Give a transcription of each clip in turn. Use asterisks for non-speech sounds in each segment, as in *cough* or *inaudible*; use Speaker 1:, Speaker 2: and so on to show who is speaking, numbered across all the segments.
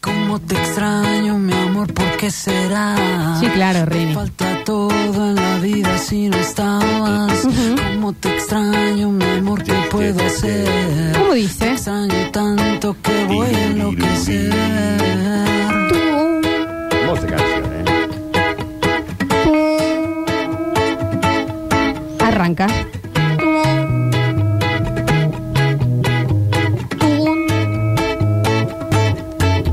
Speaker 1: Cómo te extraño, mi amor, ¿por qué será?
Speaker 2: Sí, claro, Rini.
Speaker 1: Falta todo en la vida si no estabas.
Speaker 2: Ujú.
Speaker 1: Cómo te extraño, mi amor, ¿qué puedo hacer?
Speaker 2: ¿Cómo
Speaker 1: Te
Speaker 2: dice?
Speaker 1: extraño tanto que voy a enloquecer.
Speaker 3: Hermosa canción, ¿eh?
Speaker 2: Arranca.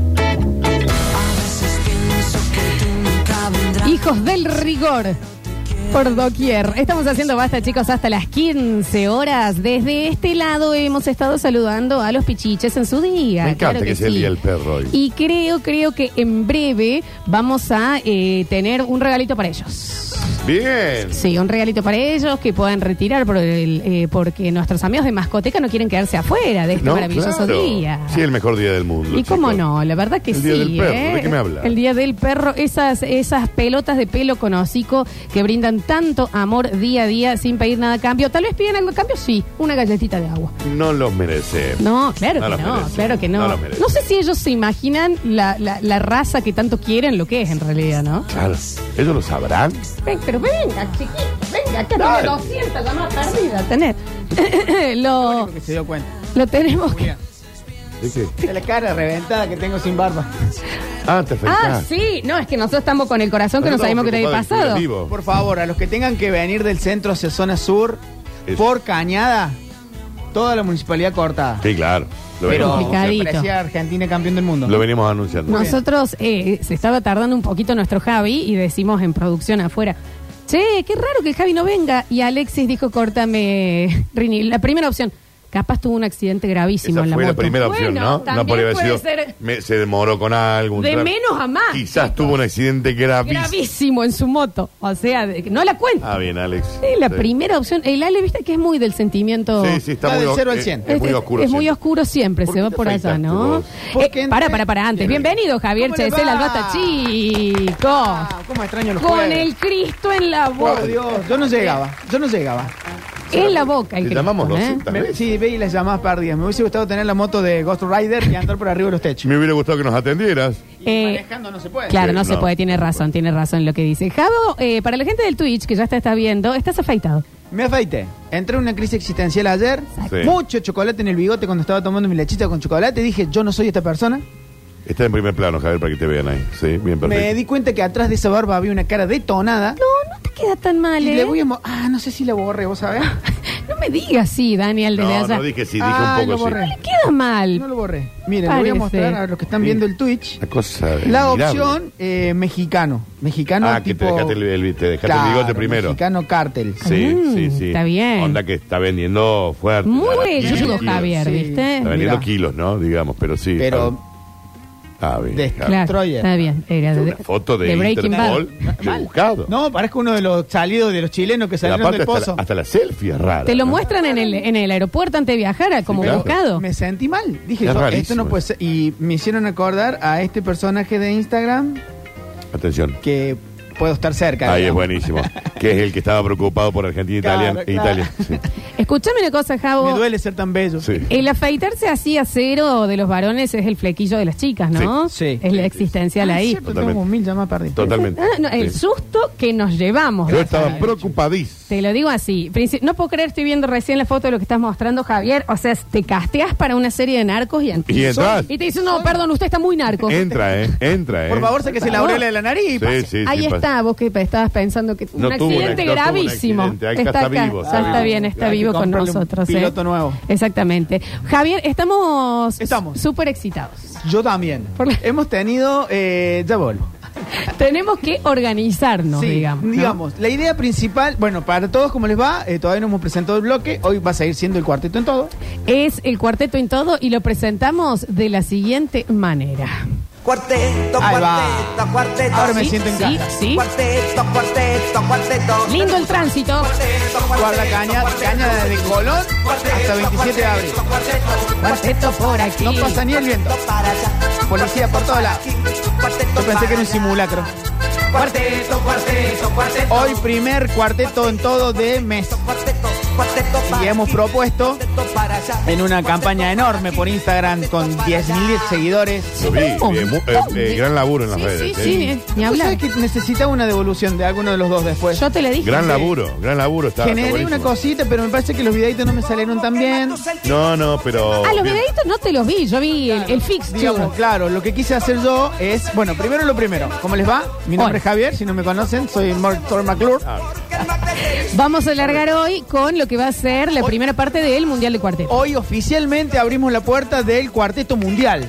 Speaker 1: A veces pienso que tú nunca vendrás.
Speaker 2: Hijos del rigor. Por doquier. Estamos haciendo basta, chicos, hasta las 15 horas. Desde este lado hemos estado saludando a los pichiches en su día.
Speaker 3: Me encanta
Speaker 2: Claro
Speaker 3: que sea el
Speaker 2: sí.
Speaker 3: día del perro hoy.
Speaker 2: Y creo, creo que en breve vamos a eh, tener un regalito para ellos.
Speaker 3: Bien.
Speaker 2: Sí, un regalito para ellos que puedan retirar por el, eh, porque nuestros amigos de Mascoteca no quieren quedarse afuera de este
Speaker 3: No,
Speaker 2: maravilloso
Speaker 3: claro.
Speaker 2: día.
Speaker 3: Sí, el mejor día del mundo.
Speaker 2: Y cómo
Speaker 3: chicos.
Speaker 2: no, la verdad que
Speaker 3: El
Speaker 2: sí.
Speaker 3: Día del Perro, ¿de
Speaker 2: ¿eh?
Speaker 3: qué me habla?
Speaker 2: El día del perro, esas, esas pelotas de pelo con hocico que brindan tanto amor día a día sin pedir nada a cambio. Tal vez piden algo a cambio, sí, una galletita de agua.
Speaker 3: No los merece.
Speaker 2: No, claro
Speaker 3: No
Speaker 2: que
Speaker 3: los
Speaker 2: no,
Speaker 3: merecen,
Speaker 2: claro que no.
Speaker 3: no
Speaker 2: No,
Speaker 3: los merecen.
Speaker 2: sé si ellos se imaginan la, la- la raza que tanto quieren lo que es en realidad, ¿no?
Speaker 3: Claro. Ellos lo sabrán.
Speaker 2: Ven, pero venga, chiquito, venga, que
Speaker 3: Dale.
Speaker 2: 200, la más perdida. Tener. *laughs* lo,
Speaker 4: Porque se dio cuenta.
Speaker 2: lo tenemos que...
Speaker 4: Julián.
Speaker 3: ¿De qué?
Speaker 4: De la cara reventada que tengo sin barba.
Speaker 3: Ah, te
Speaker 2: Ah,
Speaker 3: afeitás.
Speaker 2: sí, no, es que nosotros estamos con el corazón que no
Speaker 3: Nosotros
Speaker 2: sabemos qué te había
Speaker 3: estamos
Speaker 2: pasado.
Speaker 3: preocupados del vivo.
Speaker 4: Por favor, a los que tengan que venir del centro hacia zona sur,
Speaker 3: Eso.
Speaker 4: por Cañada, toda la municipalidad cortada.
Speaker 3: Sí, claro. Lo
Speaker 4: Pero
Speaker 3: venimos,
Speaker 2: Complicado.
Speaker 4: se
Speaker 2: Complicadito.
Speaker 4: parecía Argentina campeón del mundo.
Speaker 3: lo venimos anunciando.
Speaker 4: bien.
Speaker 2: Nosotros eh, se estaba tardando un poquito nuestro Javi y decimos en producción afuera, che, qué raro que el Javi no venga. Y Alexis dijo, córtame, *laughs* Rini. La primera opción, capaz tuvo un accidente gravísimo
Speaker 3: Esa
Speaker 2: en la
Speaker 3: fue la
Speaker 2: moto.
Speaker 3: primera opción,
Speaker 2: Bueno,
Speaker 3: ¿no? No
Speaker 2: también
Speaker 3: podría haber
Speaker 2: puede
Speaker 3: sido.
Speaker 2: ser
Speaker 3: me- se demoró con algo. un
Speaker 2: De
Speaker 3: tra-
Speaker 2: menos a más,
Speaker 3: Quizás
Speaker 2: chicos.
Speaker 3: tuvo un accidente gravísimo.
Speaker 2: gravísimo en su moto. O sea, de- no la cuenta.
Speaker 3: Ah, bien, Alex.
Speaker 2: Sí, la
Speaker 3: Sí.
Speaker 2: primera opción. El Ale, viste que es muy del sentimiento.
Speaker 3: Sí, sí, está
Speaker 4: Va
Speaker 3: muy
Speaker 4: del
Speaker 3: o-
Speaker 4: cero al
Speaker 3: eh,
Speaker 4: cien.
Speaker 3: Es, muy oscuro.
Speaker 2: es muy
Speaker 3: siempre.
Speaker 2: oscuro siempre,
Speaker 3: ¿Por
Speaker 2: se
Speaker 3: qué
Speaker 2: va
Speaker 3: te
Speaker 2: por allá,
Speaker 3: afeitaste
Speaker 2: ¿no?
Speaker 3: vos?
Speaker 4: Porque
Speaker 2: Eh, para,
Speaker 4: entre-
Speaker 2: para, para, antes.
Speaker 3: Bien.
Speaker 2: Bienvenido, Javier
Speaker 4: ¿Cómo le
Speaker 2: Chesel,
Speaker 4: va?
Speaker 2: al Basta Chico.
Speaker 4: Ah, ¿Cómo extraño los
Speaker 2: Con
Speaker 4: jueves.
Speaker 2: el Cristo en la
Speaker 4: Por
Speaker 2: boca.
Speaker 4: Dios, yo no llegaba, yo no llegaba.
Speaker 2: En la boca, el
Speaker 3: Te
Speaker 2: Cristo.
Speaker 3: llamamos
Speaker 2: ¿eh?
Speaker 3: 200
Speaker 4: Me-
Speaker 3: veces.
Speaker 4: sí, ve y las llamadas perdidas. Me hubiese gustado tener la moto de Ghost Rider y andar por arriba de los techos.
Speaker 3: Me hubiera gustado que nos atendieras.
Speaker 2: Eh,
Speaker 4: manejando no se puede.
Speaker 2: Claro,
Speaker 3: Sí,
Speaker 2: no, se
Speaker 3: no.
Speaker 2: puede, tiene razón, tiene razón lo que dice. Javo, eh, para la gente del Twitch que ya te está viendo, estás afeitado.
Speaker 4: Me afeité. Entré en una crisis existencial ayer.
Speaker 3: Sí.
Speaker 4: Mucho chocolate en el bigote cuando estaba tomando mi lechita con chocolate. Dije, yo no soy esta persona.
Speaker 3: Está en primer plano, Javier, para que te vean ahí. Sí, bien,
Speaker 4: Me
Speaker 3: perfecto.
Speaker 4: di cuenta que atrás de esa barba había una cara detonada.
Speaker 2: No, no te queda tan mal,
Speaker 4: y
Speaker 2: ¿eh?
Speaker 4: le voy a... mo- Ah, no sé si la borré, vos sabés.
Speaker 2: No me digas sí, Daniel, de
Speaker 3: No,
Speaker 2: allá.
Speaker 3: no dije sí, dije
Speaker 4: Ah,
Speaker 3: un
Speaker 4: lo
Speaker 3: poco
Speaker 4: borré.
Speaker 3: sí.
Speaker 2: Le queda mal.
Speaker 4: No lo borré. Miren, le voy a
Speaker 2: Parece.
Speaker 4: mostrar a los que están
Speaker 3: Sí.
Speaker 4: viendo el Twitch.
Speaker 3: La cosa.
Speaker 4: La
Speaker 3: admirable.
Speaker 4: opción eh, mexicano. Mexicano
Speaker 3: Ah, que
Speaker 4: tipo...
Speaker 3: te dejaste el, el- te dejaste el
Speaker 4: Claro,
Speaker 3: bigote primero.
Speaker 4: Mexicano cártel.
Speaker 3: Sí,
Speaker 2: Mm,
Speaker 3: sí, sí.
Speaker 2: está bien.
Speaker 3: Onda que está vendiendo fuerte.
Speaker 2: Muy
Speaker 3: Está
Speaker 2: velludo,
Speaker 3: vendiendo kilos.
Speaker 2: Javier,
Speaker 4: Sí.
Speaker 2: ¿viste?
Speaker 3: Está vendiendo
Speaker 4: Mirá.
Speaker 3: kilos, ¿no? Digamos, pero sí.
Speaker 4: Pero
Speaker 3: Ah, bien.
Speaker 4: de-
Speaker 3: Javier.
Speaker 2: Claro,
Speaker 4: Troyer.
Speaker 2: está bien. Era de,
Speaker 3: Una foto de,
Speaker 2: Breaking Bad.
Speaker 3: Interpol de buscado.
Speaker 4: No, parezco uno de los salidos de los chilenos que
Speaker 3: Pero
Speaker 4: salieron
Speaker 3: aparte
Speaker 4: del
Speaker 3: hasta,
Speaker 4: pozo.
Speaker 3: la, hasta la selfie es rara.
Speaker 2: Te lo
Speaker 3: ¿no?
Speaker 2: muestran en el, en el aeropuerto antes de viajar, como
Speaker 3: Sí, claro.
Speaker 2: buscado.
Speaker 4: Me sentí mal. Dije,
Speaker 3: Es
Speaker 4: yo, esto
Speaker 3: rarísimo
Speaker 4: no puede ser. Y me hicieron acordar a este personaje de Instagram
Speaker 3: Atención.
Speaker 4: que puedo estar
Speaker 3: Ahí
Speaker 4: cerca.
Speaker 3: es
Speaker 4: digamos.
Speaker 3: buenísimo. que es el que estaba preocupado por Argentina e Italia.
Speaker 4: Claro,
Speaker 3: e
Speaker 4: claro.
Speaker 3: Italia. Sí.
Speaker 2: Escúchame una cosa, Javo.
Speaker 4: Me duele ser tan bello.
Speaker 3: Sí.
Speaker 2: El afeitarse así a cero de los varones es el flequillo de las chicas, ¿no?
Speaker 4: Sí, sí.
Speaker 2: Es la existencial
Speaker 4: Ah,
Speaker 2: ahí.
Speaker 4: cierto,
Speaker 3: Totalmente.
Speaker 4: tengo un mil llamadas perdidas.
Speaker 3: Totalmente.
Speaker 2: Ah, *laughs* no, *laughs* el
Speaker 3: Sí.
Speaker 2: susto que nos llevamos.
Speaker 3: Yo estaba preocupadísimo.
Speaker 2: Te lo digo así. Princi- No puedo creer, estoy viendo recién la foto de lo que estás mostrando, Javier. O sea, te casteas para una serie de narcos y antes.
Speaker 3: Y entras.
Speaker 2: Y te dicen, no, perdón, usted está muy narco.
Speaker 3: Entra, ¿eh? Entra, ¿eh?
Speaker 4: Por favor, sáquese
Speaker 2: Por
Speaker 4: la
Speaker 2: favor.
Speaker 4: aureola de la nariz. y
Speaker 3: Sí,
Speaker 4: pase.
Speaker 3: sí,
Speaker 2: Ahí
Speaker 3: sí,
Speaker 2: está,
Speaker 3: pasa.
Speaker 2: vos que estabas pensando que un
Speaker 3: No tuvo
Speaker 2: accidente
Speaker 3: un ac- no tuvo un
Speaker 2: gravísimo.
Speaker 3: accidente, acá está vivo,
Speaker 2: ya
Speaker 3: está
Speaker 2: está
Speaker 3: vivo.
Speaker 2: bien, está
Speaker 4: Hay que
Speaker 2: vivo con
Speaker 4: comprarle un
Speaker 2: nosotros. ¿eh?
Speaker 4: piloto nuevo.
Speaker 2: Exactamente. Javier, estamos
Speaker 4: Estamos.
Speaker 2: súper excitados.
Speaker 4: Yo también.
Speaker 2: Por la-
Speaker 4: Hemos tenido. Eh, ya vuelvo.
Speaker 2: Tenemos que organizarnos,
Speaker 4: Sí,
Speaker 2: digamos. ¿no?
Speaker 4: la idea principal, bueno, para todos, ¿cómo les va? Eh, todavía no hemos presentado el bloque. Hoy va a seguir siendo el cuarteto en todo.
Speaker 2: Es el cuarteto en todo y lo presentamos de la siguiente manera.
Speaker 5: Cuarteto,
Speaker 4: Ahí va.
Speaker 5: cuarteto, cuarteto.
Speaker 4: Ahora me
Speaker 2: Sí,
Speaker 4: siento en
Speaker 2: sí,
Speaker 4: casa.
Speaker 2: sí.
Speaker 5: Cuarteto, cuarteto, cuarteto.
Speaker 2: Lindo el tránsito.
Speaker 5: Cuarteto, cuarteto,
Speaker 4: Guarda caña,
Speaker 5: cuarteto,
Speaker 4: caña desde Colón
Speaker 5: cuarteto,
Speaker 4: hasta 27 de abril.
Speaker 5: cuarteto, cuarteto,
Speaker 2: Cuarteto por aquí.
Speaker 4: No pasa ni el viento.
Speaker 5: cuarteto para allá.
Speaker 4: Policía por todos lados.
Speaker 5: Cuarteto
Speaker 4: Yo pensé
Speaker 5: para
Speaker 4: que era un
Speaker 5: allá.
Speaker 4: simulacro.
Speaker 5: Cuarteto, cuarteto, cuarteto.
Speaker 4: Hoy primer cuarteto en todo de mes.
Speaker 5: Cuarteto,
Speaker 4: Y hemos propuesto en una campaña enorme por Instagram con 10.000 seguidores.
Speaker 3: Lo vi, vi, mu- eh, eh, gran laburo en las
Speaker 2: Oh. Sí,
Speaker 3: redes.
Speaker 2: sí,
Speaker 3: ¿eh?
Speaker 2: sí, eh, ni hablar.
Speaker 4: ¿Sabes que necesitaba una devolución de alguno de los dos después?
Speaker 2: Yo te le dije.
Speaker 3: Gran laburo, gran laburo. Está, está
Speaker 4: Generé una
Speaker 3: buenísimo.
Speaker 4: cosita, pero me parece que los videitos no me salieron tan bien.
Speaker 3: No, no, pero.
Speaker 2: Ah, los
Speaker 3: bien.
Speaker 2: videitos no te los vi, yo vi el, el fixture.
Speaker 4: Digamos, claro, lo que quise hacer yo es, bueno, primero lo primero, ¿cómo les va? Mi nombre
Speaker 2: Hola.
Speaker 4: es Javier, si no me conocen, soy Mark Thor McClure.
Speaker 2: Vamos a largar hoy con lo que va a ser la primera parte del Mundial de Cuarteto.
Speaker 4: Hoy oficialmente abrimos la puerta del Cuarteto Mundial.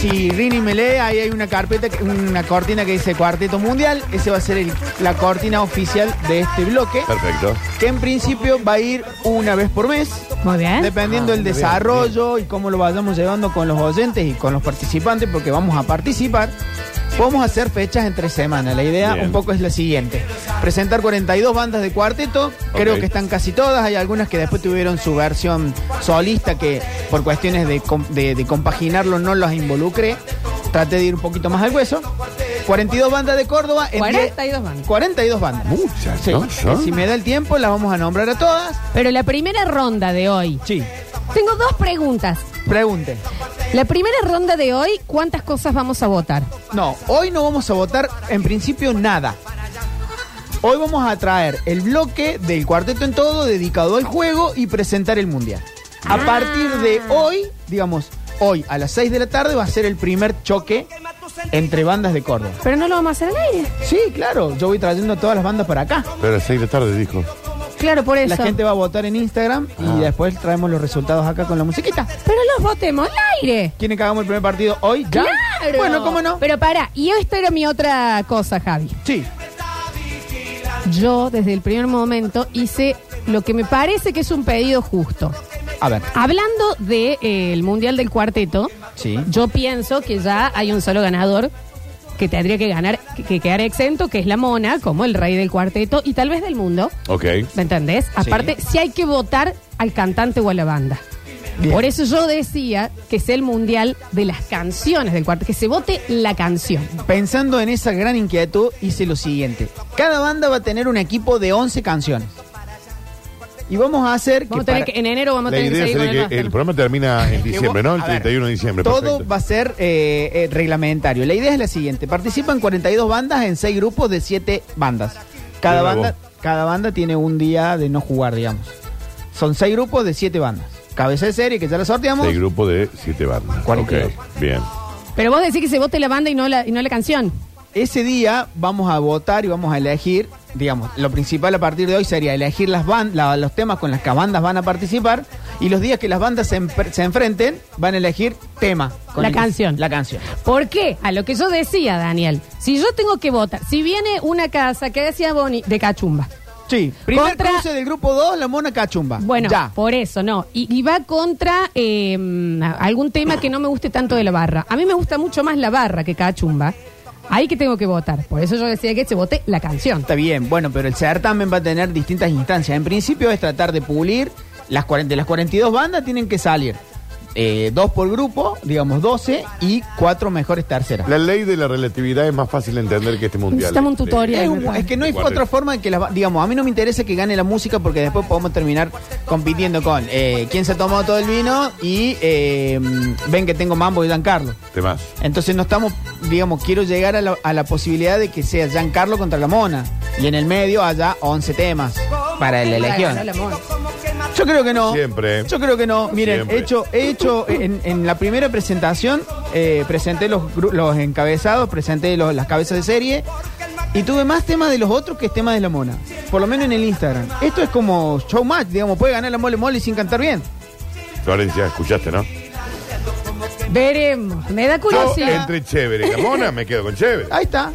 Speaker 4: Si Rini me lee, ahí hay una carpeta, que- una cortina que dice Cuarteto Mundial. Ese va a ser el- la cortina oficial de este bloque,
Speaker 3: Perfecto.
Speaker 4: que en principio va a ir una vez por mes,
Speaker 2: Muy bien.
Speaker 4: dependiendo
Speaker 3: Ah,
Speaker 4: del desarrollo y cómo lo vayamos llevando con los oyentes y con los participantes, porque vamos a participar. Vamos a hacer fechas entre semanas. La idea
Speaker 3: Bien.
Speaker 4: un poco es la siguiente. Presentar 42 bandas de cuarteto. Creo
Speaker 3: Ok.
Speaker 4: que están casi todas. Hay algunas que después tuvieron su versión solista que por cuestiones de, com- de- de compaginarlo no las involucré. Traté de ir un poquito más al hueso. 42 bandas de Córdoba. en
Speaker 2: 42
Speaker 4: diez-
Speaker 2: bandas.
Speaker 4: 42 bandas.
Speaker 3: Muchas,
Speaker 4: Sí. Eh,
Speaker 3: ¿no? Son-
Speaker 4: Si me da el tiempo, las vamos a nombrar a todas.
Speaker 2: Pero la primera ronda de hoy.
Speaker 4: Sí.
Speaker 2: Tengo dos preguntas.
Speaker 4: Pregunte.
Speaker 2: La primera ronda de hoy, ¿cuántas cosas vamos a votar?
Speaker 4: No, hoy no vamos a votar en principio nada. Hoy vamos a traer el bloque del cuarteto en todo dedicado al juego y presentar el mundial. A
Speaker 3: Ah.
Speaker 4: partir de hoy, digamos, hoy a las 6 de la tarde va a ser el primer choque entre bandas de Córdoba.
Speaker 2: Pero no lo vamos a hacer al aire.
Speaker 4: Sí, claro, yo voy trayendo todas las bandas para acá.
Speaker 3: Pero a las seis de la tarde dijo.
Speaker 2: Claro, por eso.
Speaker 4: La gente va a votar en Instagram y
Speaker 3: Ah.
Speaker 4: después traemos los resultados acá con la musiquita.
Speaker 2: Pero los votemos al aire.
Speaker 4: ¿Quieren que hagamos el primer partido hoy? ¿Ya?
Speaker 2: Claro.
Speaker 4: Bueno, ¿cómo no?
Speaker 2: Pero pará, y esta era mi otra cosa, Javi.
Speaker 4: Sí.
Speaker 2: Yo desde el primer momento hice lo que me parece que es un pedido justo.
Speaker 4: A ver.
Speaker 2: Hablando del Mundial del Cuarteto,
Speaker 4: Sí.
Speaker 2: yo pienso que ya hay un solo ganador que tendría que ganar, que, que quedar exento, que es la mona, como el rey del cuarteto y tal vez del mundo.
Speaker 3: Ok.
Speaker 2: ¿Me entendés? Aparte, si hay que votar al cantante o a la banda.
Speaker 4: Bien.
Speaker 2: Por eso yo decía que es el mundial de las canciones del cuarteto, que se vote la canción.
Speaker 4: Pensando en esa gran inquietud, hice lo siguiente. Cada banda va a tener un equipo de 11 canciones. Y vamos a hacer
Speaker 2: Vamos a
Speaker 4: que,
Speaker 2: tener
Speaker 4: para-
Speaker 2: que- en enero vamos a
Speaker 3: La
Speaker 2: tener
Speaker 3: idea
Speaker 2: que seguir con el
Speaker 3: sería que
Speaker 2: máster.
Speaker 3: el programa termina en
Speaker 4: que
Speaker 3: diciembre,
Speaker 4: vos-
Speaker 3: ¿no? El
Speaker 4: a ver,
Speaker 3: 31 de diciembre.
Speaker 4: Todo
Speaker 3: perfecto.
Speaker 4: va a ser eh, eh, reglamentario. La idea es la siguiente. Participan 42 bandas en 6 grupos de 7 bandas. Cada
Speaker 3: Mira vos.
Speaker 4: banda, cada banda tiene un día de no jugar, digamos. Son 6 grupos de 7 bandas. Cabeza de serie, que ya la sorteamos.
Speaker 3: El grupo de siete bandas.
Speaker 4: 42.
Speaker 3: Ok, bien.
Speaker 2: Pero vos decís que se vote la banda y no la, y no la canción.
Speaker 4: Ese día vamos a votar y vamos a elegir, digamos, lo principal a partir de hoy sería elegir las ban- la- los temas con las que las bandas van a participar y los días que las bandas se, empr- se enfrenten van a elegir tema. con
Speaker 2: La
Speaker 4: el-
Speaker 2: canción.
Speaker 4: La canción.
Speaker 2: ¿Por qué? A lo que yo decía, Daniel. Si yo tengo que votar, si viene una casa que decía Boni de Cachumba.
Speaker 4: Sí, primer
Speaker 2: Contra-
Speaker 4: cruce del grupo 2, la mona cachumba.
Speaker 2: Bueno,
Speaker 4: Ah, ya.
Speaker 2: por eso, no. Y, y va contra eh, algún tema que no me guste tanto de la barra. A mí me gusta mucho más la barra que Cachumba. Ahí que tengo que votar. Por eso yo decía que se vote la canción.
Speaker 4: Está bien, bueno, pero el certamen va a tener distintas instancias. En principio es tratar de pulir. Las 40, de las 42 bandas tienen que salir eh, dos por grupo, digamos 12, y cuatro mejores terceras.
Speaker 3: La ley de la relatividad es más fácil de entender que este mundial.
Speaker 2: Necesitamos un
Speaker 3: Este,
Speaker 2: tutorial.
Speaker 4: Es, un-
Speaker 2: ¿verdad?
Speaker 4: es que no hay
Speaker 3: Guardia.
Speaker 4: otra forma de que las... va- Digamos, a mí no me interesa que gane la música porque después podemos terminar compitiendo con eh, quién se ha tomado todo el vino y eh, ven que tengo Mambo y Giancarlo.
Speaker 3: Temas.
Speaker 4: Entonces no estamos, digamos, quiero llegar a la, a la posibilidad de que sea Giancarlo contra la mona y en el medio haya 11 temas para la elección.
Speaker 2: Ay, la mona.
Speaker 4: Yo creo que no.
Speaker 3: Siempre.
Speaker 4: Yo creo que no. Miren,
Speaker 3: Siempre.
Speaker 4: he hecho, he hecho en, en la primera presentación, eh, presenté los, gru- los encabezados, presenté los- las cabezas de serie y tuve más temas de los otros que temas de la mona. Por lo menos en el Instagram. Esto es como showmatch, digamos, puede ganar la mole mole sin cantar bien.
Speaker 3: Florencia, escuchaste, ¿no?
Speaker 2: Veremos. Me da
Speaker 3: Yo
Speaker 2: curiosidad.
Speaker 3: entre chévere y Ramona me quedo con chévere.
Speaker 4: Ahí está.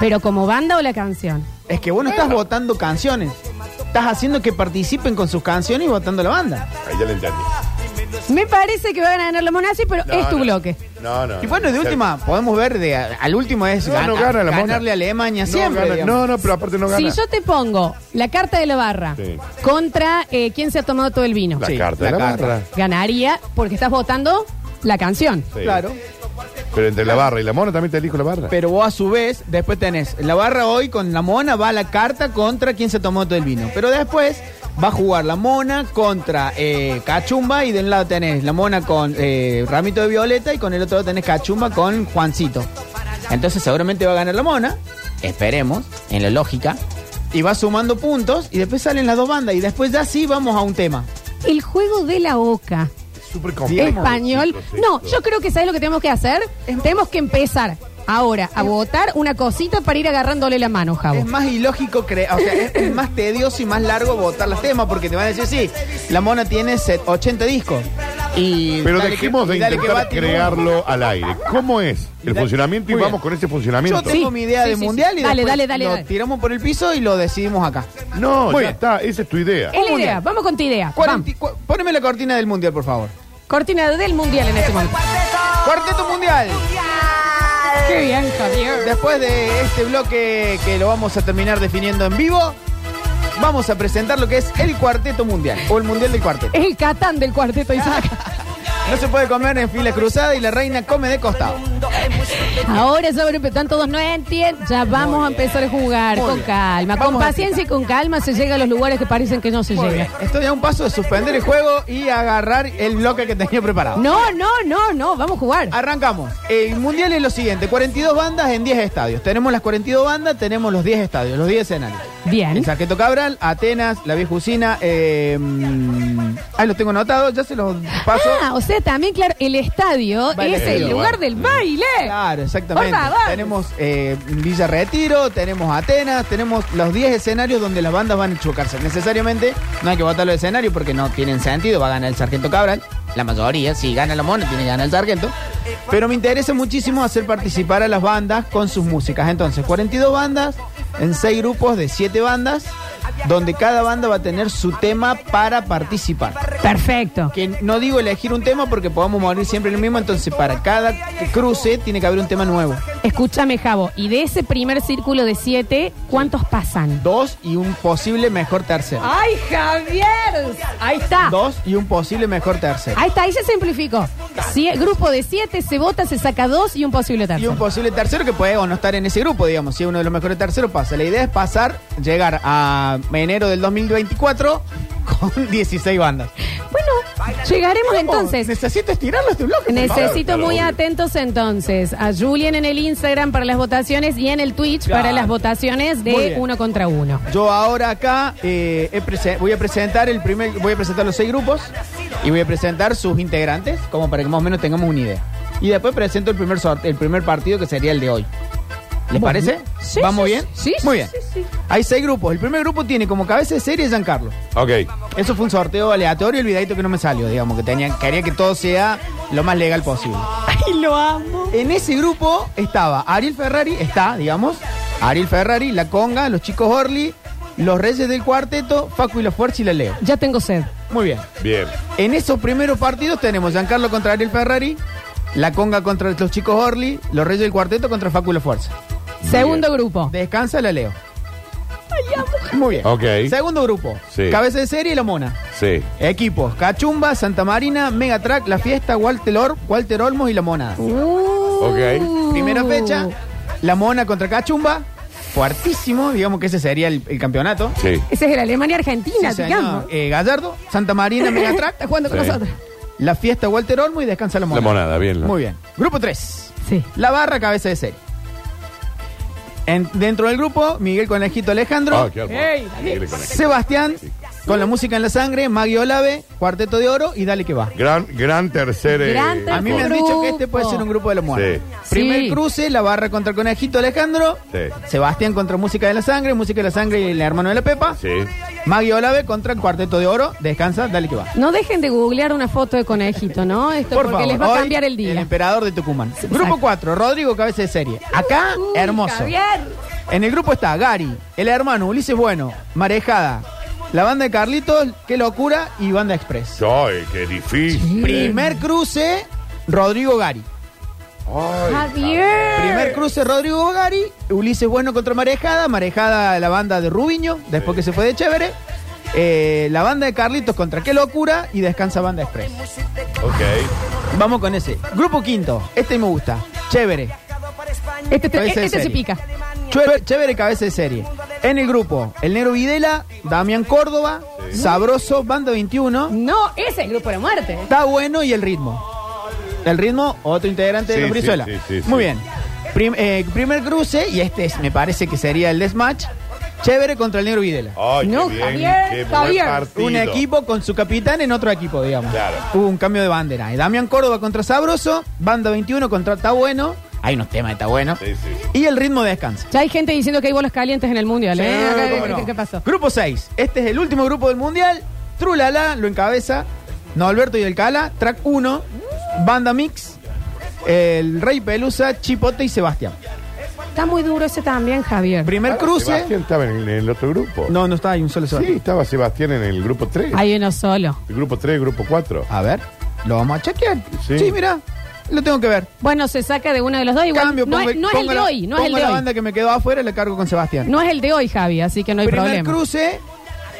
Speaker 2: Pero como banda o la canción.
Speaker 4: Es que vos no estás votando canciones. Estás haciendo que participen con sus canciones y votando la banda.
Speaker 3: Ahí ya le entendí.
Speaker 2: Me parece que va a ganar la mona, sí, pero
Speaker 3: No,
Speaker 2: es tu
Speaker 3: no.
Speaker 2: bloque.
Speaker 3: No, no.
Speaker 4: Y bueno, de
Speaker 3: no.
Speaker 4: última, podemos ver, de, al último es
Speaker 3: No, no
Speaker 4: gana-
Speaker 3: gana la mona.
Speaker 4: ganarle a Alemania
Speaker 3: No,
Speaker 4: siempre.
Speaker 3: gana-
Speaker 4: digamos.
Speaker 3: no, no, pero aparte no gana.
Speaker 2: Si yo te pongo la carta de la barra
Speaker 3: Sí.
Speaker 2: contra eh, quién se ha tomado todo el vino,
Speaker 3: La
Speaker 4: Sí,
Speaker 3: carta,
Speaker 4: la
Speaker 3: la,
Speaker 4: carta.
Speaker 3: barra.
Speaker 2: ganaría porque estás votando la canción.
Speaker 3: Sí.
Speaker 4: Claro.
Speaker 3: Pero entre la barra y la mona también te elijo la barra.
Speaker 4: Pero vos a su vez, después tenés la barra hoy con la mona, va la carta contra quien se tomó todo el vino. Pero después Va a jugar la mona contra eh, Cachumba y de un lado tenés la mona con eh, Ramito de Violeta y con el otro lado tenés Cachumba con Juancito. Entonces seguramente va a ganar la mona, esperemos, en la lógica, y va sumando puntos y después salen las dos bandas y después ya sí vamos a un tema.
Speaker 2: El juego de la oca.
Speaker 3: Súper complejo.
Speaker 2: español.
Speaker 3: chicos,
Speaker 2: No,
Speaker 3: esto.
Speaker 2: yo creo que sabes lo que tenemos que hacer. Tenemos que empezar ahora a votar una cosita para ir agarrándole la mano,
Speaker 4: Es
Speaker 2: Javo.
Speaker 4: más ilógico, cre- o sea, es, es más tedioso y más largo votar los temas porque te van a decir, sí, la mona tiene set- 80 discos. Y
Speaker 3: Pero
Speaker 4: dale
Speaker 3: dejemos
Speaker 4: que-
Speaker 3: de
Speaker 4: y dale que
Speaker 3: intentar
Speaker 4: bate uno.
Speaker 3: crearlo al aire. ¿Cómo es el
Speaker 4: Dale.
Speaker 3: funcionamiento? Y
Speaker 4: Muy bien.
Speaker 3: vamos con ese funcionamiento.
Speaker 4: Yo tengo
Speaker 2: Sí,
Speaker 4: mi idea
Speaker 2: sí,
Speaker 4: de
Speaker 2: sí,
Speaker 4: mundial
Speaker 2: sí.
Speaker 4: y
Speaker 2: Dale,
Speaker 4: después
Speaker 2: dale, dale,
Speaker 4: lo
Speaker 2: dale.
Speaker 4: tiramos por el piso y lo decidimos acá.
Speaker 3: No,
Speaker 4: Muy
Speaker 3: ya
Speaker 4: bien.
Speaker 3: está. Esa es tu idea.
Speaker 2: Es la idea. Vamos con tu idea. Vamos.
Speaker 4: Cuarenta- cu- Poneme la cortina del mundial, por favor.
Speaker 2: Cortina del mundial en este momento.
Speaker 4: Cuarteto mundial.
Speaker 2: Qué bien, Javier.
Speaker 4: Después de este bloque que lo vamos a terminar definiendo en vivo, vamos a presentar lo que es el cuarteto mundial o el mundial del cuarteto.
Speaker 2: Es el catán del cuarteto
Speaker 4: *laughs*
Speaker 2: Isaac.
Speaker 4: No se puede comer en fila cruzada y la reina come de costado.
Speaker 2: Ahora ya van a empezar, todos no entienden. Ya vamos a empezar a jugar
Speaker 4: Muy
Speaker 2: con
Speaker 4: bien.
Speaker 2: calma. Con
Speaker 4: Vamos a
Speaker 2: paciencia y con calma se llega a los lugares que parecen que no se
Speaker 4: Muy bien.
Speaker 2: llega.
Speaker 4: Estoy a un paso de suspender el juego y agarrar el bloque que tenía preparado.
Speaker 2: No, no, no, no. Vamos a jugar.
Speaker 4: Ah, Arrancamos. El mundial es lo siguiente: 42 bandas en 10 estadios. Tenemos las 42 bandas, tenemos los 10 estadios, los 10 escenarios.
Speaker 2: Bien.
Speaker 4: El Sarqueto Cabral, Atenas, La Vieja Usina. Eh, mm, ahí los tengo anotados, ya se los paso.
Speaker 2: Ah, o sea, también, claro, el estadio
Speaker 4: Baile.
Speaker 2: es el
Speaker 3: Sí,
Speaker 2: lugar
Speaker 3: bueno.
Speaker 2: del baile.
Speaker 4: Claro, exactamente.
Speaker 2: Por favor.
Speaker 4: Tenemos eh, Villa Retiro, tenemos Atenas, tenemos los 10 escenarios donde las bandas van a chocarse. Necesariamente no hay que votar los escenarios porque no tienen sentido, va a ganar el sargento Cabral. La mayoría, si gana la mona, tiene que ganar el sargento. Pero me interesa muchísimo hacer participar a las bandas con sus músicas. Entonces, 42 bandas en 6 grupos de 7 bandas, donde cada banda va a tener su tema para participar
Speaker 2: Perfecto.
Speaker 4: que no digo elegir un tema porque podamos morir siempre en el mismo, entonces para cada cruce tiene que haber un tema nuevo.
Speaker 2: Escúchame, Javo. Y de ese primer círculo de siete, ¿cuántos pasan?
Speaker 4: Dos y un posible mejor tercero.
Speaker 2: ¡Ay, Javier! Ahí está.
Speaker 4: Dos y un posible mejor tercero.
Speaker 2: Ahí está, ahí se simplificó. Si- grupo de siete, se vota, se saca dos y un posible
Speaker 4: Y un
Speaker 2: tercero.
Speaker 4: posible tercero que puede o no estar en ese grupo, digamos, si es uno de los mejores terceros pasa. La idea es pasar, llegar a enero del 2024 con 16 bandas. Oh,
Speaker 2: Bueno, llegaremos entonces.
Speaker 4: Necesito estirarlo este bloque. por favor.
Speaker 2: Necesito muy atentos entonces a Julien en el Instagram para las votaciones y en el Twitch para
Speaker 4: Claro.
Speaker 2: las votaciones
Speaker 4: Muy
Speaker 2: de
Speaker 4: bien.
Speaker 2: uno contra uno.
Speaker 4: Yo ahora acá eh, he prese- voy a presentar el primer, voy a presentar los seis grupos y voy a presentar sus integrantes, como para que más o menos tengamos una idea. Y después presento el primer sorte- el primer partido que sería el de hoy. ¿Les parece?
Speaker 2: Sí,
Speaker 4: ¿Vamos
Speaker 2: sí,
Speaker 4: bien?
Speaker 2: sí, sí,
Speaker 4: Muy bien.
Speaker 2: sí, sí.
Speaker 4: Hay seis grupos. El primer grupo tiene como cabeza de serie a Giancarlo.
Speaker 3: Ok.
Speaker 4: Eso fue un sorteo aleatorio, olvidadito que no me salió, digamos, que tenía, quería que todo sea lo más legal posible.
Speaker 2: ¡Ay, lo amo!
Speaker 4: En ese grupo estaba Ariel Ferrari, está, digamos, Ariel Ferrari, La Conga, los chicos Orly, los Reyes del Cuarteto, Facu y los Fuerza y la Leo.
Speaker 2: Ya tengo sed.
Speaker 4: Muy bien.
Speaker 3: Bien.
Speaker 4: En esos primeros partidos tenemos Giancarlo contra Ariel Ferrari, La Conga contra los chicos Orly, los Reyes del Cuarteto contra Facu y los Fuerza.
Speaker 2: Segundo grupo.
Speaker 4: Descansa la Leo. Muy bien.
Speaker 3: Ok.
Speaker 4: Segundo grupo.
Speaker 3: Sí.
Speaker 4: Cabeza de serie y la mona.
Speaker 3: Sí.
Speaker 4: Equipos, Cachumba, Santa Marina, Megatrack, La Fiesta, Walter, Or- Walter Olmos y La Monada.
Speaker 2: Uh.
Speaker 3: Ok.
Speaker 4: Primera fecha, la Mona contra Cachumba. Fuertísimo, digamos que ese sería el, el campeonato.
Speaker 3: Sí.
Speaker 2: Esa es la Alemania-Argentina,
Speaker 4: Sí, señor.
Speaker 2: digamos.
Speaker 4: Eh, Gallardo,
Speaker 2: *laughs*
Speaker 4: Santa Marina,
Speaker 2: Está
Speaker 4: Megatrack,
Speaker 2: jugando con
Speaker 3: Sí.
Speaker 2: nosotros.
Speaker 4: La Fiesta Walter Olmo y Descansa la Mona.
Speaker 3: La monada, bien. la-
Speaker 4: Muy bien. Grupo 3.
Speaker 2: Sí.
Speaker 4: La Barra, cabeza de serie. En- dentro del grupo, Miguel Conejito Alejandro,
Speaker 3: Ah, qué hermoso.
Speaker 2: Ey,
Speaker 3: Increíble conexión.
Speaker 4: Sebastián, con la música en la sangre, Maggie Olave, Cuarteto de Oro y Dale que va.
Speaker 3: Gran, gran tercer. eh,
Speaker 2: Gran tercer
Speaker 4: A mí me han dicho que este puede ser un grupo de la muerte.
Speaker 2: Sí.
Speaker 4: Primer
Speaker 2: Sí.
Speaker 4: cruce, la barra contra el conejito Alejandro.
Speaker 3: Sí.
Speaker 4: Sebastián contra Música de la Sangre, Música de la Sangre y el hermano de la Pepa.
Speaker 3: Sí.
Speaker 4: Maggie Olave contra el Cuarteto de Oro. Descansa, dale que va.
Speaker 2: No dejen de googlear una foto de conejito, ¿no? Esto
Speaker 4: Por
Speaker 2: porque
Speaker 4: favor,
Speaker 2: les va a
Speaker 4: hoy,
Speaker 2: cambiar el
Speaker 4: El
Speaker 2: día.
Speaker 4: emperador de Tucumán.
Speaker 2: Sí,
Speaker 4: Grupo
Speaker 2: exacto.
Speaker 4: 4, Rodrigo Cabeza de Serie. Acá,
Speaker 2: Uy,
Speaker 4: hermoso.
Speaker 2: Javier.
Speaker 4: En el grupo está Gary, el hermano Ulises Bueno, Marejada, la banda de Carlitos, Qué Locura y Banda Express.
Speaker 3: Ay, qué difícil.
Speaker 4: Primer cruce, Rodrigo Gary.
Speaker 3: Ay,
Speaker 2: Javier.
Speaker 4: Primer cruce Rodrigo Gari, Ulises Bueno contra Marejada, Marejada la banda de Rubiño, después que se fue de Chévere, eh, la banda de Carlitos contra Qué Locura y Descansa Banda Express.
Speaker 3: Ok.
Speaker 4: Vamos con ese. Grupo quinto, este me gusta, Chévere,
Speaker 2: Este, te-
Speaker 4: Cabeza de
Speaker 2: este se
Speaker 4: serie.
Speaker 2: pica.
Speaker 4: Chue- Chévere cabeza de serie, En el grupo, el Negro Videla, Damián Córdoba, Sabroso, Banda 21,
Speaker 2: No, ese es el grupo de la muerte.
Speaker 4: Está Bueno y El Ritmo. El Ritmo, otro integrante
Speaker 3: Sí,
Speaker 4: de Lombrizuela.
Speaker 3: sí, sí, sí,
Speaker 4: Muy
Speaker 3: sí.
Speaker 4: bien. Prim- eh, primer cruce, y este es- me parece que sería el deathmatch, Chévere contra el Negro Videla.
Speaker 3: Ay,
Speaker 2: No,
Speaker 3: qué bien,
Speaker 2: Javier,
Speaker 3: qué buen
Speaker 2: Javier.
Speaker 3: partido.
Speaker 4: Un equipo con su capitán en otro equipo, digamos.
Speaker 3: Claro.
Speaker 4: Hubo un cambio de bandera. Y Damián Córdoba contra Sabroso, Banda 21 contra Está Bueno. Hay unos temas de Está Bueno.
Speaker 3: Sí, sí.
Speaker 4: Y el ritmo descansa.
Speaker 2: Ya hay gente diciendo que hay bolas calientes en el mundial, ¿eh?
Speaker 4: Sí,
Speaker 2: Acá,
Speaker 4: cómo
Speaker 2: ¿qué-
Speaker 4: no.
Speaker 2: ¿Qué pasó?
Speaker 4: Grupo 6. Este es el último grupo del Mundial. Trulala lo encabeza. No, Alberto y el Cala. Track 1. Banda Mix. El Rey Pelusa, Chipote y Sebastián.
Speaker 2: Está muy duro ese también, Javier.
Speaker 4: Primer
Speaker 3: Pará,
Speaker 4: cruce.
Speaker 3: Sebastián estaba en el, en el otro grupo.
Speaker 4: No, no está, hay un solo
Speaker 3: Sí,
Speaker 4: Sebastián.
Speaker 3: estaba Sebastián en el grupo 3.
Speaker 2: Hay uno solo.
Speaker 3: El grupo 3, grupo 4.
Speaker 4: A ver, lo vamos a chequear. Sí,
Speaker 3: Sí.
Speaker 4: mira, lo tengo que ver.
Speaker 2: Bueno, se saca de uno de los dos. Igual,
Speaker 4: Cambio,
Speaker 2: no, es,
Speaker 4: pongo-
Speaker 2: no es el
Speaker 4: pongo
Speaker 2: de
Speaker 4: la-
Speaker 2: hoy, no es el
Speaker 4: pongo
Speaker 2: de
Speaker 4: la
Speaker 2: hoy.
Speaker 4: banda que me quedó afuera, le cargo con Sebastián.
Speaker 2: No es el de hoy, Javi, así que no hay
Speaker 4: Primer
Speaker 2: problema.
Speaker 4: cruce,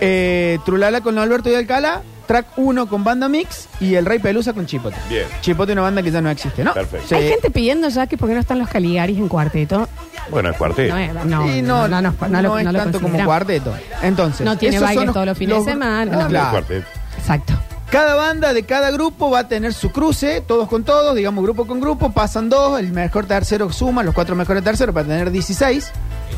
Speaker 4: eh, Trulala con Alberto y Alcala, track 1 con Banda Mix y El Rey Pelusa con Chipote.
Speaker 3: Bien.
Speaker 4: Chipote una banda que ya no existe, ¿no?
Speaker 3: Perfecto.
Speaker 4: Sí.
Speaker 2: Hay gente pidiendo ya que por qué no están los Caligaris en cuarteto.
Speaker 3: Bueno, el cuartel.
Speaker 2: No, eh. es- no,
Speaker 4: Sí,
Speaker 2: no, no, no, no lo-
Speaker 4: es
Speaker 2: no lo
Speaker 4: tanto como
Speaker 2: consideramos.
Speaker 4: cuarteto. Entonces,
Speaker 2: No tiene
Speaker 4: esos
Speaker 2: bailes
Speaker 4: son
Speaker 2: todos los fines de semana, no.
Speaker 3: El
Speaker 4: Claro.
Speaker 3: cuartel.
Speaker 2: Exacto.
Speaker 4: Cada banda de cada grupo va a tener su cruce, todos con todos, digamos grupo con grupo, pasan dos, el mejor tercero suma, los cuatro mejores terceros para tener 16.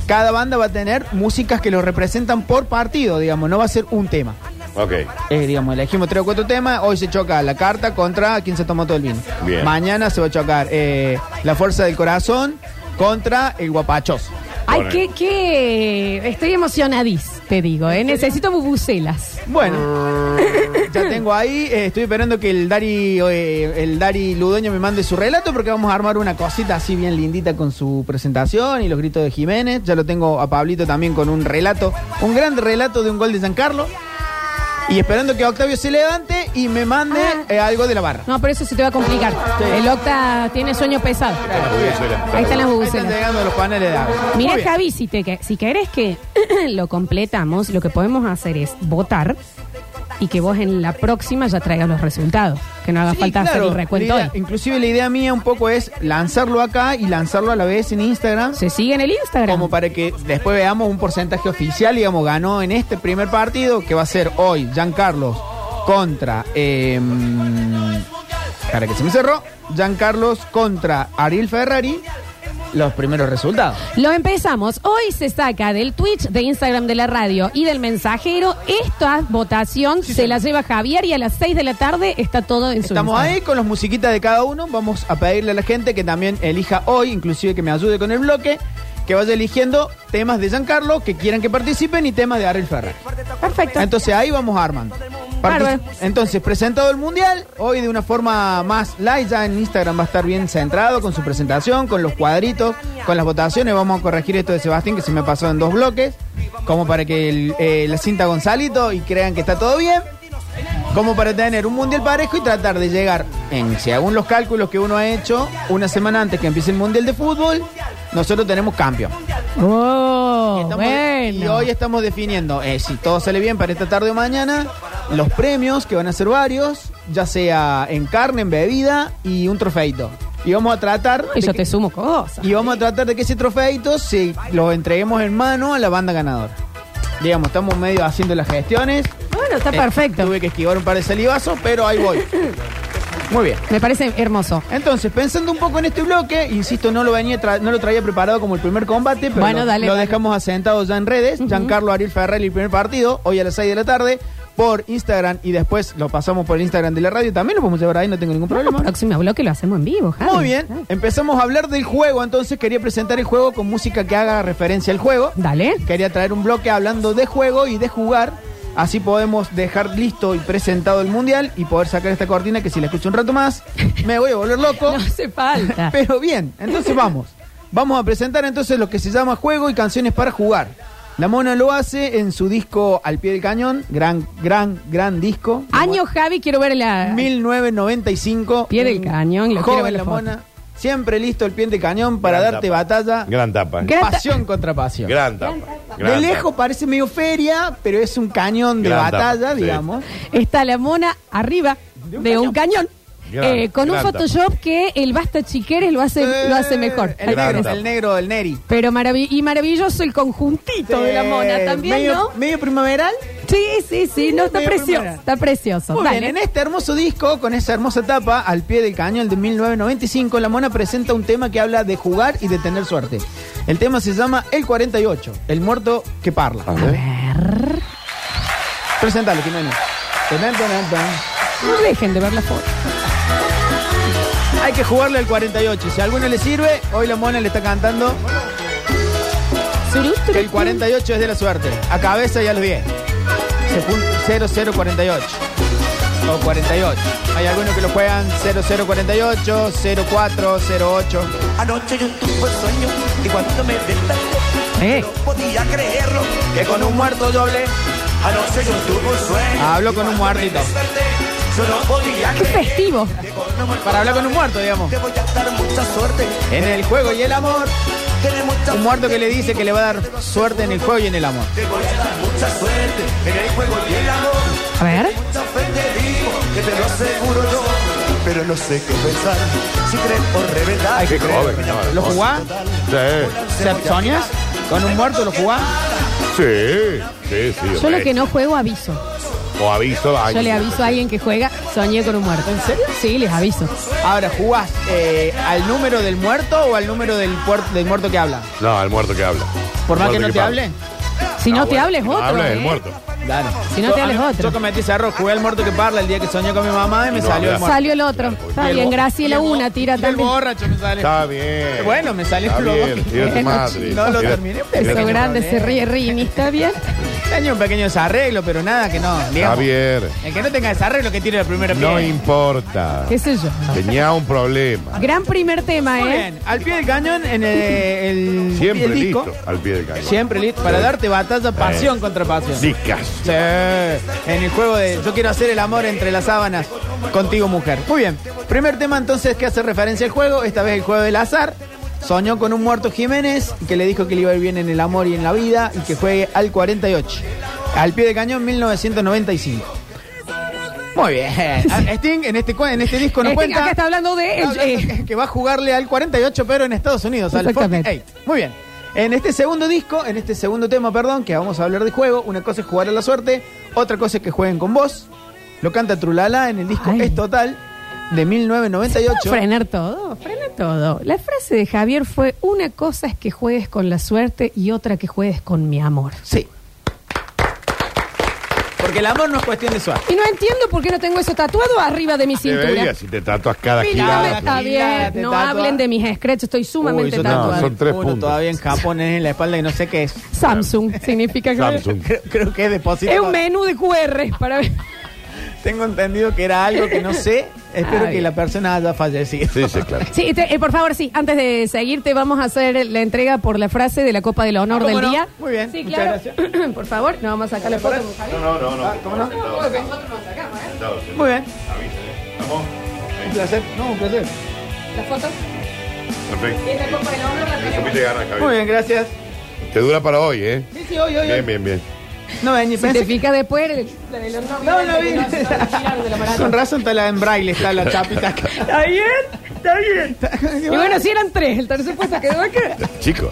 Speaker 4: Cada banda va a tener músicas que lo representan por partido, digamos, no va a ser un tema.
Speaker 3: Ok.
Speaker 4: Eh, digamos, elegimos tres o cuatro temas, hoy se choca la carta contra quien se tomó todo el vino.
Speaker 3: Bien.
Speaker 4: Mañana se va a chocar eh, la fuerza del corazón contra el guapachoso.
Speaker 2: Ay,
Speaker 3: Bueno.
Speaker 2: qué, qué. Estoy emocionadis, te digo, ¿eh? Necesito bubucelas.
Speaker 4: Bueno, ya tengo ahí. eh, estoy esperando que el Dari, eh, el Dari Ludueño me mande su relato porque vamos a armar una cosita así bien lindita con su presentación y los gritos de Jiménez. Ya lo tengo a Pablito también con un relato, un gran relato de un gol de San Carlos. Y esperando que Octavio se levante y me mande
Speaker 2: Ah.
Speaker 4: eh, algo de la barra.
Speaker 2: No, pero eso se te va a complicar. El Octa tiene sueño pesado. Ahí están las
Speaker 4: Ahí están
Speaker 2: bubucelas.
Speaker 4: llegando los paneles de agua.
Speaker 2: Mira,
Speaker 4: Muy bien.
Speaker 2: Javi, si, te, que- si querés que *clears throat* lo completamos, lo que podemos hacer es votar y que vos en la próxima ya traigas los resultados. Que no haga
Speaker 4: Sí,
Speaker 2: falta hacer
Speaker 4: claro,
Speaker 2: el recuento
Speaker 4: la idea-
Speaker 2: hoy.
Speaker 4: Inclusive la idea mía un poco es lanzarlo acá y lanzarlo a la vez en Instagram.
Speaker 2: Se sigue en el Instagram.
Speaker 4: Como para que después veamos un porcentaje oficial, digamos, ganó en este primer partido, que va a ser hoy Giancarlos contra... eh, para que se me cerró, Giancarlos contra Ariel Ferrari, los primeros resultados.
Speaker 2: Lo empezamos. Hoy se saca del Twitch, de Instagram de la radio y del mensajero. Esta votación se la lleva Javier y a las 6 de la tarde está todo en su
Speaker 4: Estamos
Speaker 2: Instagram.
Speaker 4: ahí con los musiquitas de cada uno, vamos a pedirle a la gente que también elija hoy, inclusive que me ayude con el bloque, que vaya eligiendo temas de Giancarlo que quieran que participen y temas de Ariel Ferrari.
Speaker 2: Perfecto.
Speaker 4: Entonces ahí vamos armando. Partic-
Speaker 2: Bárbaro.
Speaker 4: Entonces, presentado el mundial, hoy de una forma más live, ya en Instagram va a estar bien centrado con su presentación, con los cuadritos, con las votaciones. Vamos a corregir esto de Sebastián que se me pasó en dos bloques, como para que el- eh, la cinta Gonzalito y crean que está todo bien. Como para tener un mundial parejo y tratar de llegar, en, según los cálculos que uno ha hecho, una semana antes que empiece el mundial de fútbol, nosotros tenemos cambio.
Speaker 2: Oh,
Speaker 4: Estamos-
Speaker 2: bueno.
Speaker 4: Y hoy estamos definiendo, eh, si todo sale bien para esta tarde o mañana, los premios, que van a ser varios, ya sea en carne, en bebida y un trofeito. Y vamos a tratar...
Speaker 2: Y
Speaker 4: de
Speaker 2: yo
Speaker 4: que-
Speaker 2: te sumo cosas.
Speaker 4: y vamos a tratar de que ese trofeito se lo entreguemos en mano a la banda ganadora. Digamos, estamos medio haciendo las gestiones.
Speaker 2: Bueno, está
Speaker 4: Eh,
Speaker 2: perfecto.
Speaker 4: Tuve que esquivar un par de salivazos, pero ahí
Speaker 2: *laughs*
Speaker 4: voy. Muy bien.
Speaker 2: Me parece hermoso.
Speaker 4: Entonces, pensando un poco en este bloque, insisto, no lo venía tra- no lo traía preparado como el primer combate, pero
Speaker 2: Bueno,
Speaker 4: lo,
Speaker 2: dale,
Speaker 4: lo
Speaker 2: dale.
Speaker 4: dejamos asentado ya en redes. Giancarlo Ariel Ferrari, el primer partido, hoy a las 6 de la tarde, por Instagram y después lo pasamos por el Instagram de la radio. También lo podemos llevar ahí, no tengo ningún problema.
Speaker 2: Próximo bloque lo hacemos en vivo, Javi.
Speaker 4: Muy bien, empezamos a hablar del juego, entonces quería presentar el juego con música que haga referencia al juego.
Speaker 2: Dale.
Speaker 4: Quería traer un bloque hablando de juego y de jugar. Así podemos dejar listo y presentado el mundial y poder sacar esta cortina que si la escucho un rato más, me voy a volver loco.
Speaker 2: *laughs* No hace falta.
Speaker 4: *laughs* Pero bien, entonces vamos. Vamos a presentar entonces lo que se llama juego y canciones para jugar. La Mona lo hace en su disco Al pie del cañón, gran, gran, gran disco.
Speaker 2: Año, Javi, quiero ver la.
Speaker 4: 1995.
Speaker 2: eh. Pie del cañón, lo quiero ver
Speaker 4: Joven
Speaker 2: la
Speaker 4: La
Speaker 2: foto.
Speaker 4: Mona, siempre listo el pie del cañón para
Speaker 3: Gran
Speaker 4: darte
Speaker 3: tapa.
Speaker 4: batalla.
Speaker 3: Gran tapa. ¿eh?
Speaker 2: Gran-
Speaker 4: Pasión contra pasión.
Speaker 3: Gran tapa.
Speaker 4: de
Speaker 3: Gran
Speaker 4: lejos parece medio feria, pero es un cañón de
Speaker 3: Gran tapa,
Speaker 4: batalla,
Speaker 3: sí.
Speaker 4: digamos.
Speaker 2: Está la mona arriba de un cañón.
Speaker 3: tapa. gran-
Speaker 2: eh, con un
Speaker 3: gran
Speaker 2: Photoshop que el Basta Chiqueres lo hace, lo hace mejor.
Speaker 4: El
Speaker 3: Gran
Speaker 4: negro,
Speaker 3: tapa.
Speaker 4: el negro, el Neri.
Speaker 2: Pero maravi- y maravilloso el conjuntito de la mona también,
Speaker 4: medio,
Speaker 2: ¿no?
Speaker 4: Medio primaveral.
Speaker 2: Sí, sí, sí, no, está
Speaker 4: medio
Speaker 2: precioso,
Speaker 4: primavera.
Speaker 2: está precioso.
Speaker 4: Muy
Speaker 2: Dale.
Speaker 4: bien, en este hermoso disco, con esa hermosa tapa, al pie del cañón de 1995, la mona presenta un tema que habla de jugar y de tener suerte. El tema se llama El 48, el muerto que parla.
Speaker 3: A ver.
Speaker 4: Presentalo, Jimena. Tanan, tanan, tan.
Speaker 2: No dejen de ver la foto.
Speaker 4: Hay que jugarle al 48. Si a alguno le sirve, hoy la mona le está cantando que el 48 es de la suerte. A cabeza y a los 10. Se pun- 0048. O 48. Hay algunos que lo juegan 0048, 0408.
Speaker 5: Anoche yo tuve sueño y cuando me desperté
Speaker 2: Eh,
Speaker 5: no podía creerlo que con un muerto yo hablé. Anoche yo tuve un sueño.
Speaker 4: Hablo con un muertito.
Speaker 5: desperté, Yo no podía
Speaker 2: qué
Speaker 5: creer.
Speaker 2: festivo.
Speaker 4: Para hablar con un muerto, digamos.
Speaker 5: Te voy a dar mucha suerte.
Speaker 4: En el juego y el amor.
Speaker 5: Tiene mucha
Speaker 4: Un muerto que le dice que le va a dar suerte en el juego y en el amor.
Speaker 5: Te voy a dar mucha suerte en el juego y el amor.
Speaker 2: A ver.
Speaker 5: Mucha fe te digo que te lo aseguro yo. Pero no sé qué pensar, si creer o reventar.
Speaker 4: Hay
Speaker 3: Qué joven,
Speaker 4: ¿Lo jugás?
Speaker 3: ¿no?
Speaker 4: ¿Se- ¿Soñas? ¿Con un muerto lo jugás?
Speaker 3: Sí, sí, sí. sí
Speaker 2: Yo lo
Speaker 3: re.
Speaker 2: que no juego aviso.
Speaker 3: O aviso. ay,
Speaker 2: Yo le aviso a alguien que juega, soñé con un muerto. ¿En serio? Sí, les aviso.
Speaker 4: Ahora, ¿jugás eh, al número del muerto o al número del, puer- del muerto que habla?
Speaker 3: No, al muerto que habla.
Speaker 4: Por más
Speaker 3: Muerto
Speaker 4: que no te
Speaker 3: parla.
Speaker 4: hable.
Speaker 2: Si no, te
Speaker 3: Ah, bueno,
Speaker 2: hables
Speaker 3: no
Speaker 2: otro.
Speaker 3: Habla
Speaker 2: ¿eh?
Speaker 3: del muerto.
Speaker 4: Claro.
Speaker 2: Si no
Speaker 4: Yo-
Speaker 2: te hables
Speaker 4: a mí-
Speaker 2: otro.
Speaker 4: Yo cometí ese error, jugué al muerto que parla el día que soñé con mi mamá y me
Speaker 3: Y no
Speaker 4: salió el
Speaker 3: hablas.
Speaker 4: muerto.
Speaker 2: Salió el otro. Está
Speaker 4: Y el
Speaker 2: bien,
Speaker 4: bo- y
Speaker 2: Graciela,
Speaker 4: el bo-
Speaker 2: una tira
Speaker 4: y El
Speaker 2: también.
Speaker 4: borracho me sale.
Speaker 3: Está bien.
Speaker 4: Bueno, me salió
Speaker 3: Está
Speaker 4: lo-
Speaker 3: bien, tira tu
Speaker 2: Bueno,
Speaker 3: madre.
Speaker 4: no lo
Speaker 3: Tira-
Speaker 4: terminé,
Speaker 3: tira
Speaker 4: pero-
Speaker 2: Eso
Speaker 3: tu-
Speaker 2: grande,
Speaker 4: problema.
Speaker 2: se ríe Rini, ¿está bien?
Speaker 4: Tenía un pequeño desarreglo, pero nada que no.
Speaker 3: Está
Speaker 4: digamos.
Speaker 3: bien.
Speaker 4: El que no tenga desarreglo que tire la primera
Speaker 3: No
Speaker 4: piedra.
Speaker 3: importa.
Speaker 2: ¿Qué sé yo?
Speaker 3: Tenía un problema.
Speaker 2: Gran primer tema,
Speaker 4: Muy
Speaker 2: ¿eh?
Speaker 4: bien, al pie del cañón en el, el-
Speaker 3: Siempre
Speaker 4: el disco.
Speaker 3: listo al pie del cañón.
Speaker 4: Siempre listo. Para darte batalla, pasión contra pasión.
Speaker 3: Dicas.
Speaker 4: Sí, en el juego de yo quiero hacer el amor entre las sábanas contigo mujer. Muy bien, primer tema entonces que hace referencia al juego, esta vez el juego del azar. Soñó con un muerto Jiménez que le dijo que le iba a ir bien en el amor y en la vida y que juegue al 48. Al pie de cañón 1995. Muy bien.
Speaker 2: *laughs*
Speaker 4: A- Sting en este, cua- en este disco nos
Speaker 2: Este,
Speaker 4: cuenta
Speaker 2: acá está hablando de eh,
Speaker 4: Está hablando
Speaker 2: *laughs*
Speaker 4: que- que va a jugarle al 48 pero en Estados Unidos, al
Speaker 2: Exactamente.
Speaker 4: 48. Muy bien. En este segundo disco, en este segundo tema, perdón, que vamos a hablar de juego, una cosa es jugar a la suerte, otra cosa es que jueguen con vos. Lo canta Trulala en el disco
Speaker 2: Ay.
Speaker 4: Es Total de 1998.
Speaker 2: Frenar todo, frena todo. La frase de Javier fue: Una cosa es que juegues con la suerte y otra que juegues con mi amor.
Speaker 4: Sí. Porque el amor no es cuestión de suerte.
Speaker 2: Y no entiendo por qué no tengo eso tatuado arriba de mi cintura.
Speaker 3: Deberías, si te tatuas cada
Speaker 2: Pílame,
Speaker 4: Claro,
Speaker 2: está
Speaker 3: kilómetro.
Speaker 2: bien.
Speaker 4: te
Speaker 2: No
Speaker 4: tatua.
Speaker 2: hablen de mis scratches, estoy sumamente
Speaker 4: yo
Speaker 3: no,
Speaker 2: tatuada.
Speaker 3: son tres
Speaker 4: uno
Speaker 3: puntos.
Speaker 4: todavía en Japón es en la espalda y no sé qué es.
Speaker 2: Samsung significa que.
Speaker 3: Samsung.
Speaker 4: Creo, creo que es depósito.
Speaker 2: Es un menú de QR para ver.
Speaker 4: Tengo entendido que era algo que no sé. Espero
Speaker 2: Ah,
Speaker 4: que
Speaker 2: bien.
Speaker 4: la persona haya fallecido.
Speaker 3: Sí, sí, claro.
Speaker 2: Sí, te- eh, por favor, sí, antes de seguirte vamos a hacer la entrega por la frase de la Copa del Honor
Speaker 4: Ah, ¿cómo
Speaker 2: del
Speaker 4: no?
Speaker 2: día.
Speaker 4: Muy bien,
Speaker 2: Sí,
Speaker 4: muchas
Speaker 2: claro. *clears throat* por favor, no vamos a sacar la foto.
Speaker 3: No, no, no,
Speaker 4: Ah,
Speaker 3: no. ¿Cómo no?
Speaker 2: ¿eh?
Speaker 4: Muy bien.
Speaker 3: ¿eh? Vamos.
Speaker 4: Un placer. No, un placer.
Speaker 2: La foto
Speaker 3: Perfecto.
Speaker 2: es la Copa del Honor. la
Speaker 3: Le
Speaker 2: tenemos.
Speaker 3: supiste ganas, Javier.
Speaker 4: Muy bien, gracias.
Speaker 3: Te dura para hoy, ¿eh?
Speaker 4: Sí, sí, hoy, hoy, hoy.
Speaker 3: Bien, bien, bien.
Speaker 4: No, ven, ni
Speaker 2: Si
Speaker 4: pensé
Speaker 2: te fijas después, el- la del honor.
Speaker 4: No, no vi.
Speaker 2: viene, que no se va a tirar de la maratón.
Speaker 4: Con razón está la en braille, está la chapita.
Speaker 2: ¿Está bien? Está bien. Y bueno, si eran tres, el tercer puesto quedó
Speaker 4: *laughs*
Speaker 2: acá.
Speaker 3: Chicos.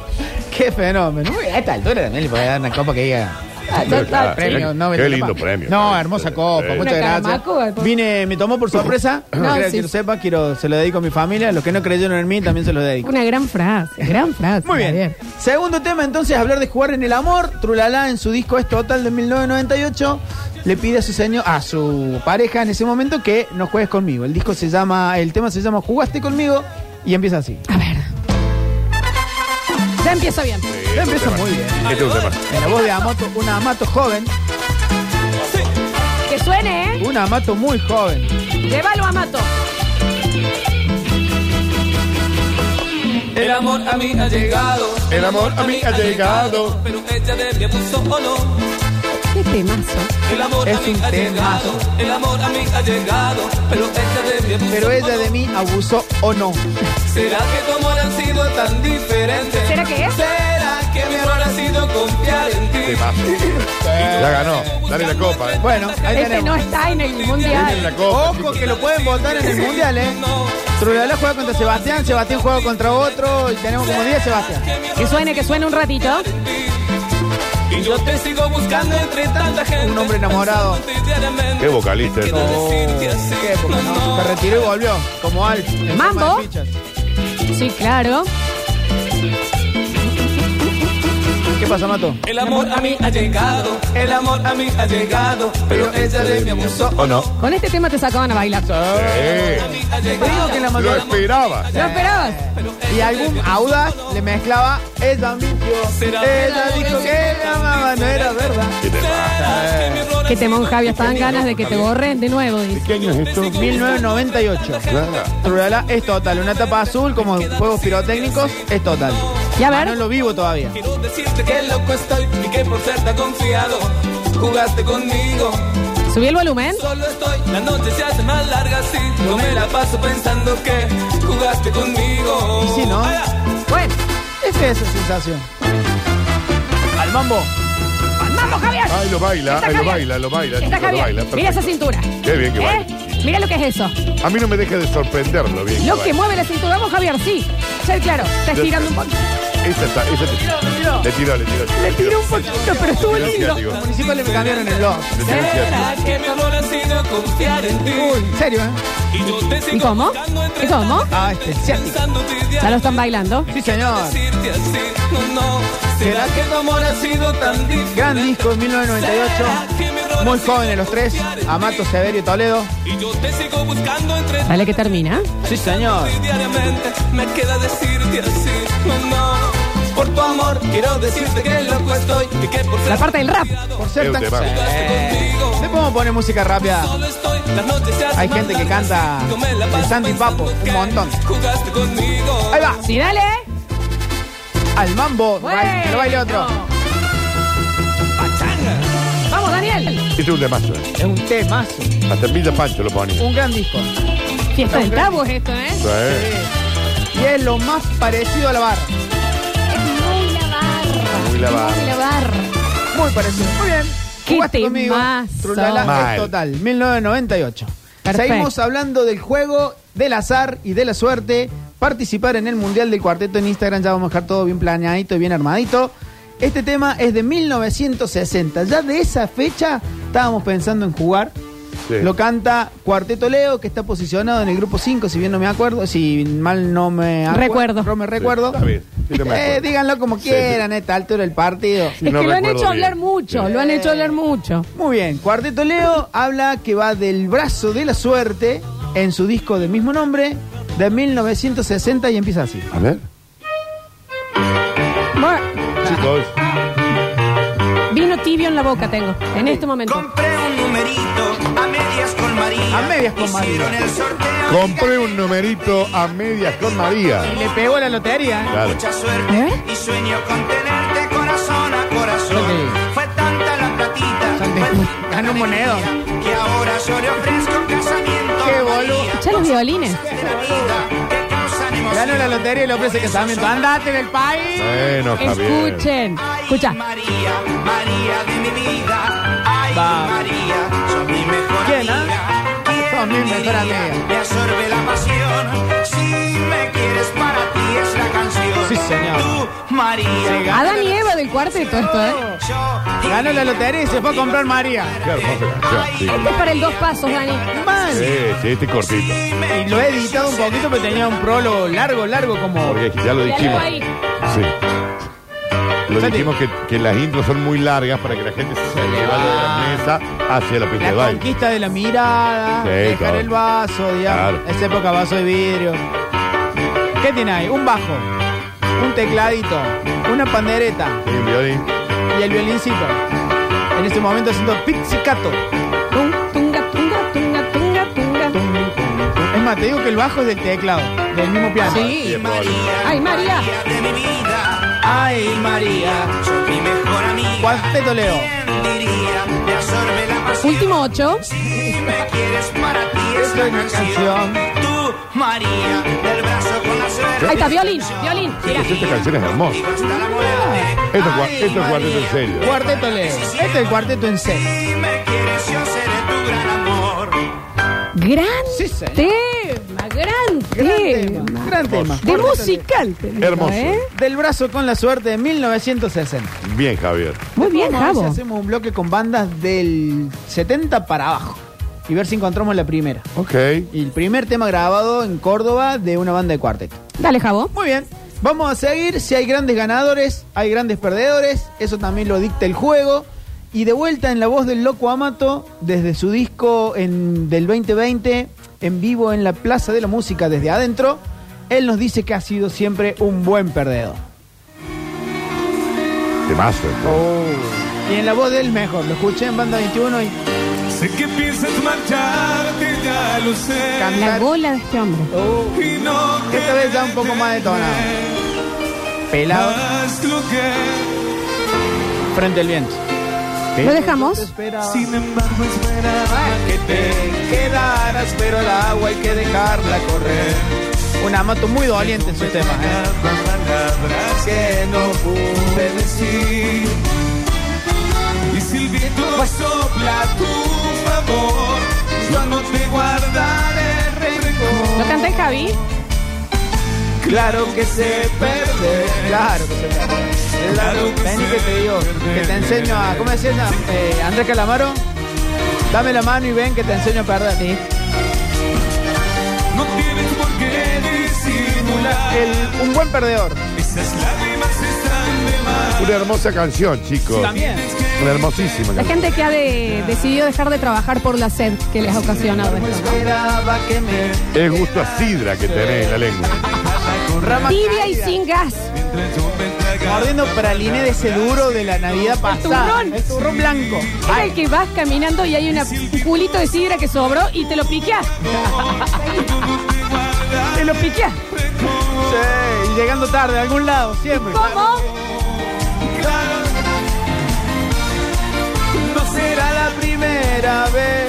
Speaker 4: Qué fenómeno. Muy bien, a esta altura también le podés dar una copa que diga.
Speaker 2: Ah,
Speaker 3: Pero
Speaker 2: total.
Speaker 3: claro,
Speaker 4: Premio,
Speaker 3: qué
Speaker 4: Nobel de
Speaker 3: lindo
Speaker 4: Copa.
Speaker 3: premio.
Speaker 4: No, hermosa copa,
Speaker 3: Sí.
Speaker 4: muchas
Speaker 2: Una
Speaker 4: gracias.
Speaker 2: caramaco, eh, por-
Speaker 4: Vine, me tomó por sorpresa. No,
Speaker 2: No,
Speaker 4: quiero
Speaker 2: sí.
Speaker 4: que lo sepa, quiero, se lo dedico a mi familia. Los que no creyeron en mí también se los dedico.
Speaker 2: Una gran frase, gran frase.
Speaker 4: Muy bien.
Speaker 2: Javier.
Speaker 4: Segundo tema, entonces, hablar de jugar en el amor. Trulalá, en su disco Es Total de 1998, le pide a su señor, a su pareja en ese momento que no juegues conmigo. El disco se llama, el tema se llama Jugaste conmigo y empieza así.
Speaker 2: A ver. Ya empiezo bien.
Speaker 4: Ya empieza muy bien.
Speaker 3: Este es un tema.
Speaker 4: En la voz de Amato, una Amato joven,
Speaker 2: Que suene, ¿eh?
Speaker 4: una Amato muy joven.
Speaker 2: Llévalo a Mato.
Speaker 6: El amor a mí ha llegado.
Speaker 3: El amor a mí ha llegado.
Speaker 6: Pero ella de mi abuso o no.
Speaker 2: Qué temazo.
Speaker 6: El amor
Speaker 4: Es
Speaker 6: a mí
Speaker 4: un
Speaker 6: ha
Speaker 4: temazo.
Speaker 6: llegado. El amor a mí ha llegado. Pero ella de mi abuso
Speaker 4: Pero ella de mí abusó o no.
Speaker 6: ¿Será que tu amor ha sido tan diferente?
Speaker 2: ¿Será que es?
Speaker 6: ¿Será que mi amor ha sido confiar en ti?
Speaker 3: Temazo. Ya ganó. Dale la copa. eh.
Speaker 4: Bueno, ahí
Speaker 2: Este no
Speaker 4: tenemos.
Speaker 2: está en el
Speaker 3: Dale
Speaker 2: mundial.
Speaker 3: la copa.
Speaker 4: Ojo que lo pueden votar en el mundial, ¿eh? Trulala juega contra Sebastián, Sebastián juega contra otro y tenemos como 10 Sebastián.
Speaker 2: Que suene, que suene un ratito.
Speaker 6: Y yo te sigo buscando entre tanta gente.
Speaker 4: Un hombre enamorado.
Speaker 3: Qué vocalista. eh.
Speaker 4: Oh, qué época, ¿no? Se retiró y volvió, como Alf. en
Speaker 2: Mambo.
Speaker 4: forma de fichas.
Speaker 2: Sí, claro.
Speaker 4: ¿Qué pasa, Mato?
Speaker 6: El amor a mí ha llegado, el amor a mí ha llegado, pero ella de mi abusó.
Speaker 3: ¿O no?
Speaker 2: Con este tema te sacaban a bailar.
Speaker 3: Sí.
Speaker 6: Ha llegado,
Speaker 4: que la
Speaker 3: Lo
Speaker 4: mandó-
Speaker 3: esperaba.
Speaker 2: ¿Lo esperabas?
Speaker 4: Y algún audaz le mezclaba, ella mintió, ella dijo que me amaba, no era verdad.
Speaker 3: ¿Qué te pasa?
Speaker 2: Que temón, Javi. Estaban ganas de que te borren de nuevo. dice.
Speaker 3: ¿Qué año es esto?
Speaker 4: 1998.
Speaker 3: Nada.
Speaker 4: Trulala es total, una tapa azul como juegos pirotécnicos es total.
Speaker 2: Y a ver.
Speaker 4: Ah, No lo vivo todavía.
Speaker 6: quiero decirte que loco estoy y que por ser tan confiado, jugaste conmigo.
Speaker 2: Subí el volumen.
Speaker 6: Solo estoy, las noches se hacen más largas y yo me la paso pensando que jugaste conmigo. ah,
Speaker 4: Y sí, ¿no?
Speaker 2: Bueno.
Speaker 4: Es esa sensación. Al mambo.
Speaker 2: ¡Vamos, Javier!
Speaker 3: Ay, lo baila,
Speaker 2: Está
Speaker 3: ay, lo
Speaker 2: Javier.
Speaker 3: baila, lo baila.
Speaker 2: Está
Speaker 3: chico, lo
Speaker 2: Javier.
Speaker 3: baila.
Speaker 2: Mira esa
Speaker 3: perfecto.
Speaker 2: cintura.
Speaker 3: Qué bien que
Speaker 2: ¿Eh?
Speaker 3: baila.
Speaker 2: Mira lo que es eso.
Speaker 3: A mí no me deja de sorprender lo bien. que
Speaker 2: Lo que
Speaker 3: baila.
Speaker 2: mueve la cintura. Vamos, Javier, sí. Sí, claro. Está estirando un poquito.
Speaker 3: Esa está, esa te- Le tiró, le tiró.
Speaker 2: Le tiró un poquito, pero estuvo
Speaker 3: Le
Speaker 2: lindo.
Speaker 3: tiró el
Speaker 4: Los
Speaker 3: ciático,
Speaker 4: municipales me cambiaron el blog.
Speaker 3: le tiró el
Speaker 6: Será
Speaker 3: ciático.
Speaker 6: que mi amor ha sido confiar en ti
Speaker 4: Uy, en serio, ¿eh?
Speaker 6: y yo te
Speaker 2: ¿Y
Speaker 6: sigo
Speaker 2: cómo?
Speaker 6: buscando entre
Speaker 2: ¿Y cómo?
Speaker 4: Ah, este, asiático.
Speaker 6: pensándote de
Speaker 2: Ya lo están bailando.
Speaker 4: Sí, señor.
Speaker 6: decirte así, no, no. ¿Será que tu amor ha sido tan difícil?
Speaker 4: Gran disco en 1998. Muy jóvenes los tres. Amato, Severio y Toledo.
Speaker 6: Y yo te sigo buscando entre
Speaker 2: Dale que termina.
Speaker 4: Sí, señor.
Speaker 6: ti diariamente. Me queda decirte así, no, no. Por tu amor quiero decirte que loco estoy y que por
Speaker 2: La
Speaker 6: ser
Speaker 2: parte del rap.
Speaker 4: Por ser
Speaker 3: Es
Speaker 4: tan...
Speaker 3: un tema.
Speaker 4: Eh, ¿Le podemos poner música rápida?
Speaker 6: solo estoy, las noches se hacen
Speaker 4: Hay
Speaker 6: más
Speaker 4: gente que
Speaker 6: largas
Speaker 4: canta
Speaker 6: y yo me la
Speaker 4: de
Speaker 6: paso
Speaker 4: Sandy Papo,
Speaker 6: pensando
Speaker 4: un montón.
Speaker 6: que Jugaste conmigo.
Speaker 4: Ahí va.
Speaker 2: Sí, dale.
Speaker 4: Al mambo. Baile- Que lo baile otro.
Speaker 2: Bueno. Vamos, Daniel.
Speaker 3: Este es un temazo. eh.
Speaker 4: Es un temazo.
Speaker 3: Hasta Villa Pancho lo ponía.
Speaker 4: Un gran disco.
Speaker 2: Fiesta del tabú es esto, ¿eh?
Speaker 3: Sí,
Speaker 4: Y es lo más parecido a la barra.
Speaker 2: Es muy la barra.
Speaker 3: Muy la barra.
Speaker 2: Muy la barra.
Speaker 4: Muy parecido. Muy bien.
Speaker 2: Qué
Speaker 4: Jugaste conmigo.
Speaker 2: temazo.
Speaker 4: Trulala
Speaker 3: Mal.
Speaker 4: es total. 1998.
Speaker 2: Perfecto.
Speaker 4: Seguimos hablando del juego, del azar y de la suerte. Participar en el Mundial del Cuarteto en Instagram. Ya vamos a dejar todo bien planeadito y bien armadito. Este tema es de 1960. Ya de esa fecha estábamos pensando en jugar.
Speaker 3: Sí.
Speaker 4: Lo canta Cuarteto Leo, que está posicionado en el grupo 5, si bien no me acuerdo, si mal no me acuerdo.
Speaker 2: Recuerdo.
Speaker 4: No me recuerdo.
Speaker 3: está bien. Sí, no me
Speaker 4: Eh,
Speaker 3: acuerdo.
Speaker 4: díganlo como
Speaker 3: Sí, sí.
Speaker 4: quieran, a esta altura del partido.
Speaker 3: Sí,
Speaker 2: es
Speaker 3: no
Speaker 2: que lo han
Speaker 3: recuerdo
Speaker 2: hecho hablar
Speaker 3: bien.
Speaker 2: mucho,
Speaker 3: Sí.
Speaker 2: lo han hecho hablar mucho.
Speaker 4: Muy bien, Cuarteto Leo habla que va del brazo de la suerte en su disco del mismo nombre de 1960 y empieza así.
Speaker 3: A ver. Chicos,
Speaker 2: Vino tibio en la boca tengo, en este momento.
Speaker 7: Compré un numerito a medias con María.
Speaker 4: A medias con
Speaker 7: Hicieron
Speaker 4: María.
Speaker 7: el sorteo.
Speaker 3: compré un numerito a medias con María.
Speaker 4: Le pegó la lotería.
Speaker 3: Claro.
Speaker 7: Mucha suerte
Speaker 2: ¿Eh?
Speaker 7: y sueño con tenerte corazón a corazón.
Speaker 4: Ok.
Speaker 7: Fue tanta la platita.
Speaker 4: Santi,
Speaker 7: fue tanta
Speaker 4: ganó
Speaker 7: la
Speaker 4: monedón.
Speaker 7: alegría, Que ahora yo le ofrezco un casamiento.
Speaker 4: Qué
Speaker 7: a
Speaker 4: boludo.
Speaker 7: María.
Speaker 2: Escuchá los violines.
Speaker 7: De la vida que causan emoción.
Speaker 4: Ganó la lotería y le ofrece casamiento. Andate del país.
Speaker 3: Bueno, Javier.
Speaker 2: Escuchen,
Speaker 7: Ay,
Speaker 2: escucha.
Speaker 7: María, María de mi vida. Ay,
Speaker 4: Va.
Speaker 7: María, sos mi mejor
Speaker 4: ¿Quién, ah?
Speaker 7: amiga.
Speaker 4: Sos mi
Speaker 7: diría?
Speaker 4: mejor amiga.
Speaker 7: Me absorbe la pasión. Si me quieres para ti es la canción.
Speaker 4: Sí, señor.
Speaker 7: Tú, María.
Speaker 2: Adán y Eva del cuarteto esto, ¿eh?
Speaker 7: Yo,
Speaker 4: Ganó la lotería y se fue a comprar María.
Speaker 3: Claro, vamos a canción, sí.
Speaker 2: Este es para el dos pasos, Dani.
Speaker 4: Man.
Speaker 3: Sí, sí, este es cortito.
Speaker 4: Y lo he editado un poquito, pero tenía un prólogo largo, largo como.
Speaker 3: Porque ya lo
Speaker 2: Y algo
Speaker 3: dijimos.
Speaker 2: ahí.
Speaker 3: Sí. Lo
Speaker 4: Santi.
Speaker 3: dijimos que, que las intros son muy largas para que la gente se vaya de la mesa hacia la pista de
Speaker 4: La
Speaker 3: baile.
Speaker 4: conquista de la mirada,
Speaker 3: Sí,
Speaker 4: dejar
Speaker 3: claro.
Speaker 4: el vaso, digamos.
Speaker 3: Claro.
Speaker 4: Esa época vaso de vidrio. ¿Qué tiene ahí? Un bajo, un tecladito, una pandereta
Speaker 3: Sí, un violín.
Speaker 4: y el violincito. En este momento haciendo pizzicato.
Speaker 2: Tum, Tunga, tunga, tunga, tunga, tunga.
Speaker 4: Es más, te digo que el bajo es del teclado, del mismo piano.
Speaker 3: Sí,
Speaker 2: Sí.
Speaker 3: es probable.
Speaker 2: Ay, María.
Speaker 7: de mi vida.
Speaker 4: Ay, María.
Speaker 7: Sos mi mejor amiga.
Speaker 4: Cuarteto Leo.
Speaker 7: ¿Quién diría? Me absorbe la pasión.
Speaker 2: Último ocho.
Speaker 7: Si me quieres para ti es
Speaker 4: Esta
Speaker 7: la
Speaker 4: es una
Speaker 7: canción. Tú, María, del brazo con la suerte.
Speaker 2: Ahí está, violín, violín. Mirá.
Speaker 3: Esta canción es hermosa. Esto es, cua- esto es cuarteto en serio.
Speaker 4: Cuarteto Leo. Este es el cuarteto en C.
Speaker 7: Si me quieres, yo seré tu gran amor.
Speaker 2: Gran
Speaker 4: Sí, señor.
Speaker 2: tema, gran,
Speaker 4: Gran
Speaker 2: tema.
Speaker 4: tema. Gran tema.
Speaker 2: De musical. te digo,
Speaker 3: Hermoso.
Speaker 2: ¿eh?
Speaker 4: Del brazo con la suerte de 1960.
Speaker 3: Bien, Javier.
Speaker 2: Muy bien,
Speaker 4: Vamos a ver si
Speaker 2: Javo.
Speaker 4: hacemos un bloque con bandas del 70 para abajo. Y ver si encontramos la primera.
Speaker 3: Ok.
Speaker 4: Y el primer tema grabado en Córdoba de una banda de cuarteto.
Speaker 2: Dale, Javo.
Speaker 4: Muy bien. Vamos a seguir. Si hay grandes ganadores, hay grandes perdedores. Eso también lo dicta el juego. Y de vuelta en la voz del Loco Amato, desde su disco en- del 2020, en vivo en la Plaza de la Música desde adentro, él nos dice que ha sido siempre un buen perdedor.
Speaker 3: Temazo. esto.
Speaker 4: Y en la voz del mejor. Lo escuché en Banda 21 y
Speaker 6: Sé que piensas marcharte, ya lo sé.
Speaker 2: La
Speaker 4: cantar.
Speaker 2: gola de este hombre.
Speaker 4: Oh,
Speaker 6: Y no
Speaker 4: Esta vez ya un poco más detonado. Pelado
Speaker 6: Haz lo que,
Speaker 4: frente al viento.
Speaker 2: ¿Lo dejamos?
Speaker 6: sin embargo, esperaba
Speaker 4: que te quedaras, pero el agua hay que dejarla correr. Un amato muy doliente en su tema. ¿eh?
Speaker 6: palabras que no pude decir. Y si el viento sopla a tu favor, yo no te guardaré rencor.
Speaker 2: ¿Lo cantáis, Javi?
Speaker 6: Claro que se perder.
Speaker 4: Claro que se puede.
Speaker 6: Claro que
Speaker 4: Vení
Speaker 6: se
Speaker 4: que te digo,
Speaker 6: puede.
Speaker 4: que te enseño a. ¿Cómo decía esa? Eh, Andrés Calamaro? Dame la mano y ven que te enseño a perder.
Speaker 6: No tienes por qué disimular.
Speaker 4: El- un buen perdedor.
Speaker 6: Esas lágrimas están de más.
Speaker 3: Una hermosa canción, chicos.
Speaker 4: También.
Speaker 3: Una hermosísima
Speaker 2: La
Speaker 3: canción.
Speaker 2: gente que ha de- decidido dejar de trabajar por la sed que les ha ocasionado esto.
Speaker 4: Esperaba que me.
Speaker 3: Es gusto a sidra que tenés en la lengua.
Speaker 4: Con ramas
Speaker 2: Tibia y
Speaker 4: caídas.
Speaker 2: sin gas.
Speaker 6: Mientras yo me tragaba
Speaker 4: Mordiendo praliné de ese duro de la Navidad pasada.
Speaker 2: turrón.
Speaker 4: El turrón blanco.
Speaker 2: Es el que vas caminando y hay una, un culito de sidra que sobró y te lo piqueas. *laughs* te lo piqueas.
Speaker 4: Sí, y llegando tarde a algún lado, siempre.
Speaker 2: ¿Cómo?
Speaker 4: No será la primera vez.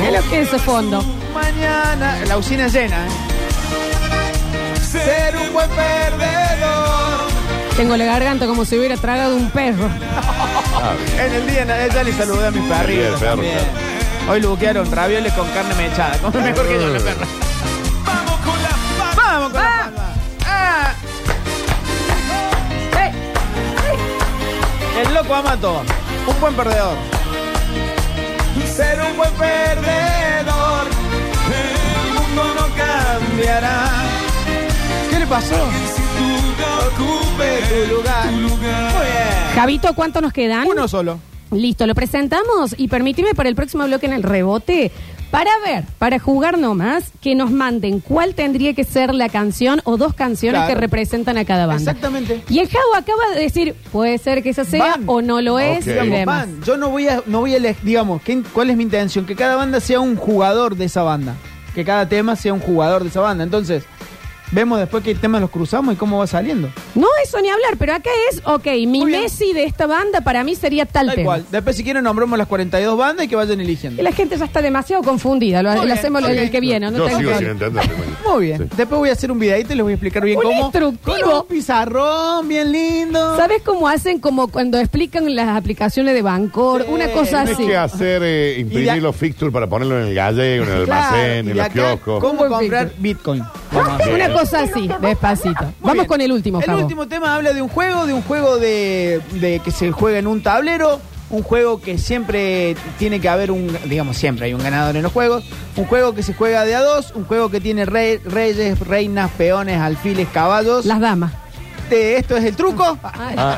Speaker 2: ¿Qué es lo que es ese fondo?
Speaker 4: Mañana. La usina llena, ¿eh? Ser un buen perdedor.
Speaker 2: Tengo la garganta como si hubiera tragado un perro.
Speaker 3: Ah, bien.
Speaker 4: En el día, na- ya le saludé a mis perritos.
Speaker 3: perro,
Speaker 4: también. Hoy lo buquearon ravioles con carne mechada. Come mejor que yo, la perra.
Speaker 6: Vamos con la
Speaker 4: Vamos con la palma. Ah. El loco Amato, un buen perdedor.
Speaker 6: Ser un buen perdedor, el mundo no cambiará.
Speaker 4: ¿Qué le pasó?
Speaker 6: Si tú no ocupes
Speaker 4: Tu lugar.
Speaker 6: tu lugar,
Speaker 4: Muy bien.
Speaker 2: Javito, ¿cuánto nos quedan?
Speaker 4: Uno solo.
Speaker 2: Listo, lo presentamos y permíteme para el próximo bloque en el rebote. Para ver, para jugar nomás, que nos manden cuál tendría que ser la canción o dos canciones
Speaker 4: Claro.
Speaker 2: que representan a cada banda.
Speaker 4: Exactamente.
Speaker 2: Y el Javo acaba de decir, puede ser que esa sea
Speaker 4: Van.
Speaker 2: o no lo es
Speaker 3: Ok.
Speaker 2: y
Speaker 3: Digamos,
Speaker 2: demás.
Speaker 4: Van, yo no voy a, no voy a eleg- digamos, ¿qué- ¿cuál es mi intención? Que cada banda sea un jugador de esa banda. Que cada tema sea un jugador de esa banda. Entonces, vemos después qué temas los cruzamos y cómo va saliendo.
Speaker 2: No eso ni hablar, pero acá es, ok, mi
Speaker 4: Muy bien.
Speaker 2: Messi de esta banda para mí sería tal
Speaker 4: Da
Speaker 2: tema.
Speaker 4: igual. Después, si quieren, nombramos las 42 bandas y que vayan eligiendo.
Speaker 2: Y la gente ya está demasiado confundida, lo,
Speaker 4: Muy
Speaker 2: lo
Speaker 4: bien,
Speaker 2: hacemos
Speaker 4: muy
Speaker 2: el,
Speaker 4: bien.
Speaker 2: que viene. No
Speaker 3: Yo
Speaker 2: tengo
Speaker 3: sigo
Speaker 2: que-
Speaker 3: sin entenderlo.
Speaker 4: Muy bien.
Speaker 3: Sí.
Speaker 4: Después voy a hacer un videíto y les voy a explicar bien
Speaker 2: Un
Speaker 4: cómo.
Speaker 2: instructivo.
Speaker 4: Con un pizarrón bien lindo.
Speaker 2: ¿Sabes cómo hacen? Como cuando explican las aplicaciones de Bancor,
Speaker 4: Sí,
Speaker 2: una cosa
Speaker 3: Tienes
Speaker 2: así.
Speaker 3: que hacer, eh, imprimir
Speaker 4: Y de-
Speaker 3: los fixtures para ponerlo en el gallego, en el
Speaker 4: Claro,
Speaker 3: almacén,
Speaker 4: y
Speaker 3: en los
Speaker 4: acá,
Speaker 3: kioscos.
Speaker 2: Un
Speaker 4: ¿Cómo
Speaker 2: buen
Speaker 4: comprar
Speaker 2: filtro.
Speaker 4: Bitcoin? Vamos a-
Speaker 2: Una cosa así, despacito.
Speaker 4: Muy
Speaker 2: Vamos
Speaker 4: bien.
Speaker 2: con el último,
Speaker 4: El
Speaker 2: Javo.
Speaker 4: último tema habla de un juego, de un juego de, de que se juega en un tablero, un juego que siempre tiene que haber un, digamos, siempre hay un ganador en los juegos, un juego que se juega de a dos, un juego que tiene rey- reyes, reinas, peones, alfiles, caballos.
Speaker 2: Las damas.
Speaker 4: Este, esto es
Speaker 2: *laughs*
Speaker 4: el truco,
Speaker 2: Ay,
Speaker 4: Ah.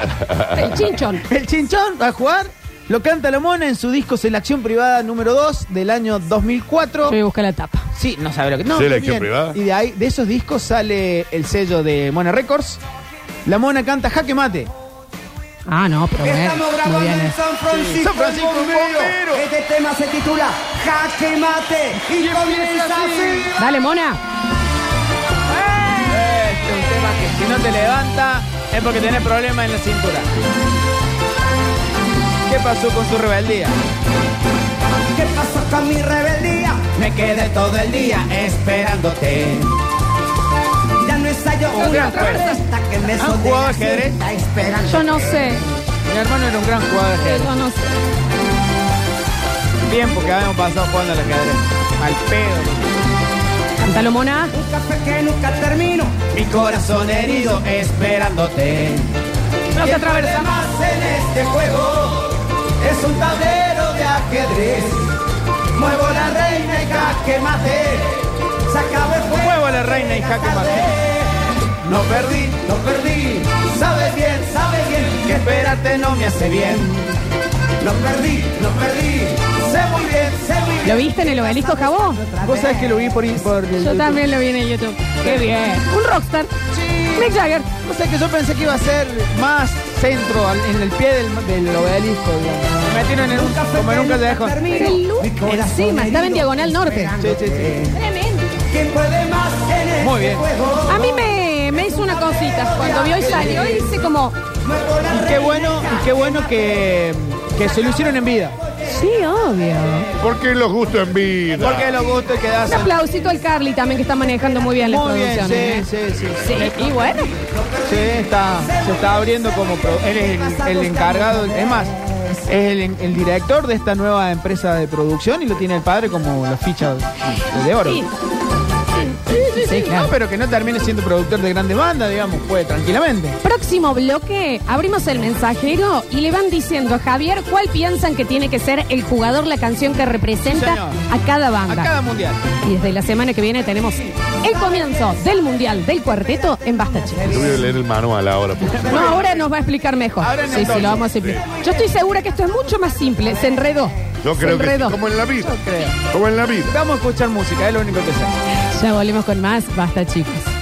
Speaker 2: El chinchón.
Speaker 4: el chinchón va a jugar. Lo canta la mona en su disco Selección Privada número 2 del año 2004.
Speaker 2: Yo voy a buscar la tapa.
Speaker 4: Sí, no sabe lo que. No,
Speaker 3: Selección
Speaker 4: bien.
Speaker 3: privada.
Speaker 4: Y de ahí, de esos discos sale el sello de Mona Records. La Mona canta Jaque Mate.
Speaker 2: Ah, no, pero bueno. Muy bien. eh.
Speaker 7: San Francisco,
Speaker 4: San Francisco,
Speaker 7: el bombero.
Speaker 4: bombero.
Speaker 7: Este tema se titula Jaque Mate y comienza así.
Speaker 2: Dale, mona.
Speaker 4: Este es un tema que si no te levanta es porque tenés problemas en la cintura. ¿Qué pasó con tu rebeldía?
Speaker 7: ¿Qué pasó con mi rebeldía? Me quedé todo el día esperándote.
Speaker 8: yo
Speaker 4: Un gran Ah, juez.
Speaker 8: hasta que me
Speaker 4: ¿Han jugado ajedrez?
Speaker 8: sienta esperando
Speaker 2: Yo no sé,
Speaker 4: Mi hermano era un gran jugador de ajedrez.
Speaker 2: yo no sé.
Speaker 4: Bien, porque habíamos pasado jugando al ajedrez. Al pedo.
Speaker 2: Cántalo, mona.
Speaker 8: Un café que nunca termino
Speaker 4: Mi corazón herido esperándote.
Speaker 2: No se atraviesa más.
Speaker 8: en este juego es un tablero de ajedrez. Muevo la reina y jaque mate. Se acabó el juego.
Speaker 4: Muevo la reina y jaque mate.
Speaker 8: No perdí, no perdí. Sabes bien, sabes bien que espérate no me hace bien. No perdí, no perdí. Sé muy bien, sé muy bien.
Speaker 2: ¿Lo viste en el obelisco, Jabó?
Speaker 4: Vos sabés que lo vi por... por
Speaker 2: Yo también lo vi en el YouTube. Qué bien. Un rockstar.
Speaker 4: Sí.
Speaker 2: Mick Jagger.
Speaker 4: Vos sabés que yo pensé que iba a ser más centro, al- en el pie del, del obelisco. digamos. Me metieron en un... Como en un caldejo.
Speaker 2: Era el look. Encima, estaba en Diagonal Norte.
Speaker 4: Sí, sí, sí.
Speaker 2: Tremendo.
Speaker 8: ¿Quién puede más en este
Speaker 4: Muy bien.
Speaker 8: juego?
Speaker 2: A mí me, me hizo una cosita. Cuando vio y salió, hice como.
Speaker 8: Muevo la
Speaker 4: Y qué bueno, y qué bueno que, que se lo hicieron en vida.
Speaker 2: Sí, obvio.
Speaker 3: ¿Por qué los gustos en vida?
Speaker 4: Porque los gustos que das...
Speaker 2: Un aplausito al Carly también, que está manejando muy bien las
Speaker 4: Muy bien, sí,
Speaker 2: producciones.
Speaker 4: sí, sí.
Speaker 2: ¿eh? Sí, y bueno.
Speaker 4: Sí, está, se está abriendo como... pro- él es el, el encargado, es más, es el, el director de esta nueva empresa de producción y lo tiene el padre como los fichas de oro.
Speaker 2: Sí. Sí, sí, sí,
Speaker 4: No, pero que no termine siendo productor de grande banda, digamos, puede tranquilamente.
Speaker 2: Próximo bloque, abrimos el mensajero y le van diciendo a Javier cuál piensan que tiene que ser el jugador, la canción que representa
Speaker 4: Señor.
Speaker 2: a cada
Speaker 4: A
Speaker 2: banda.
Speaker 4: cada mundial.
Speaker 2: Y desde la semana que viene tenemos el comienzo del Mundial del Cuarteto en Basta, chicos.
Speaker 3: Yo voy a leer el manual ahora. porque-
Speaker 2: No, ahora nos va a explicar mejor.
Speaker 4: Ahora en
Speaker 2: Sí, sí,
Speaker 4: entonces.
Speaker 2: lo vamos a explicar. Yo estoy segura que esto es mucho más simple. Se enredó.
Speaker 3: Yo creo
Speaker 2: Se
Speaker 3: que sí,
Speaker 2: enredó.
Speaker 3: como en la vida.
Speaker 4: Creo.
Speaker 3: Como en la vida.
Speaker 4: Vamos a escuchar música, es lo único que sé.
Speaker 2: Ya volvemos con más Basta, chicos.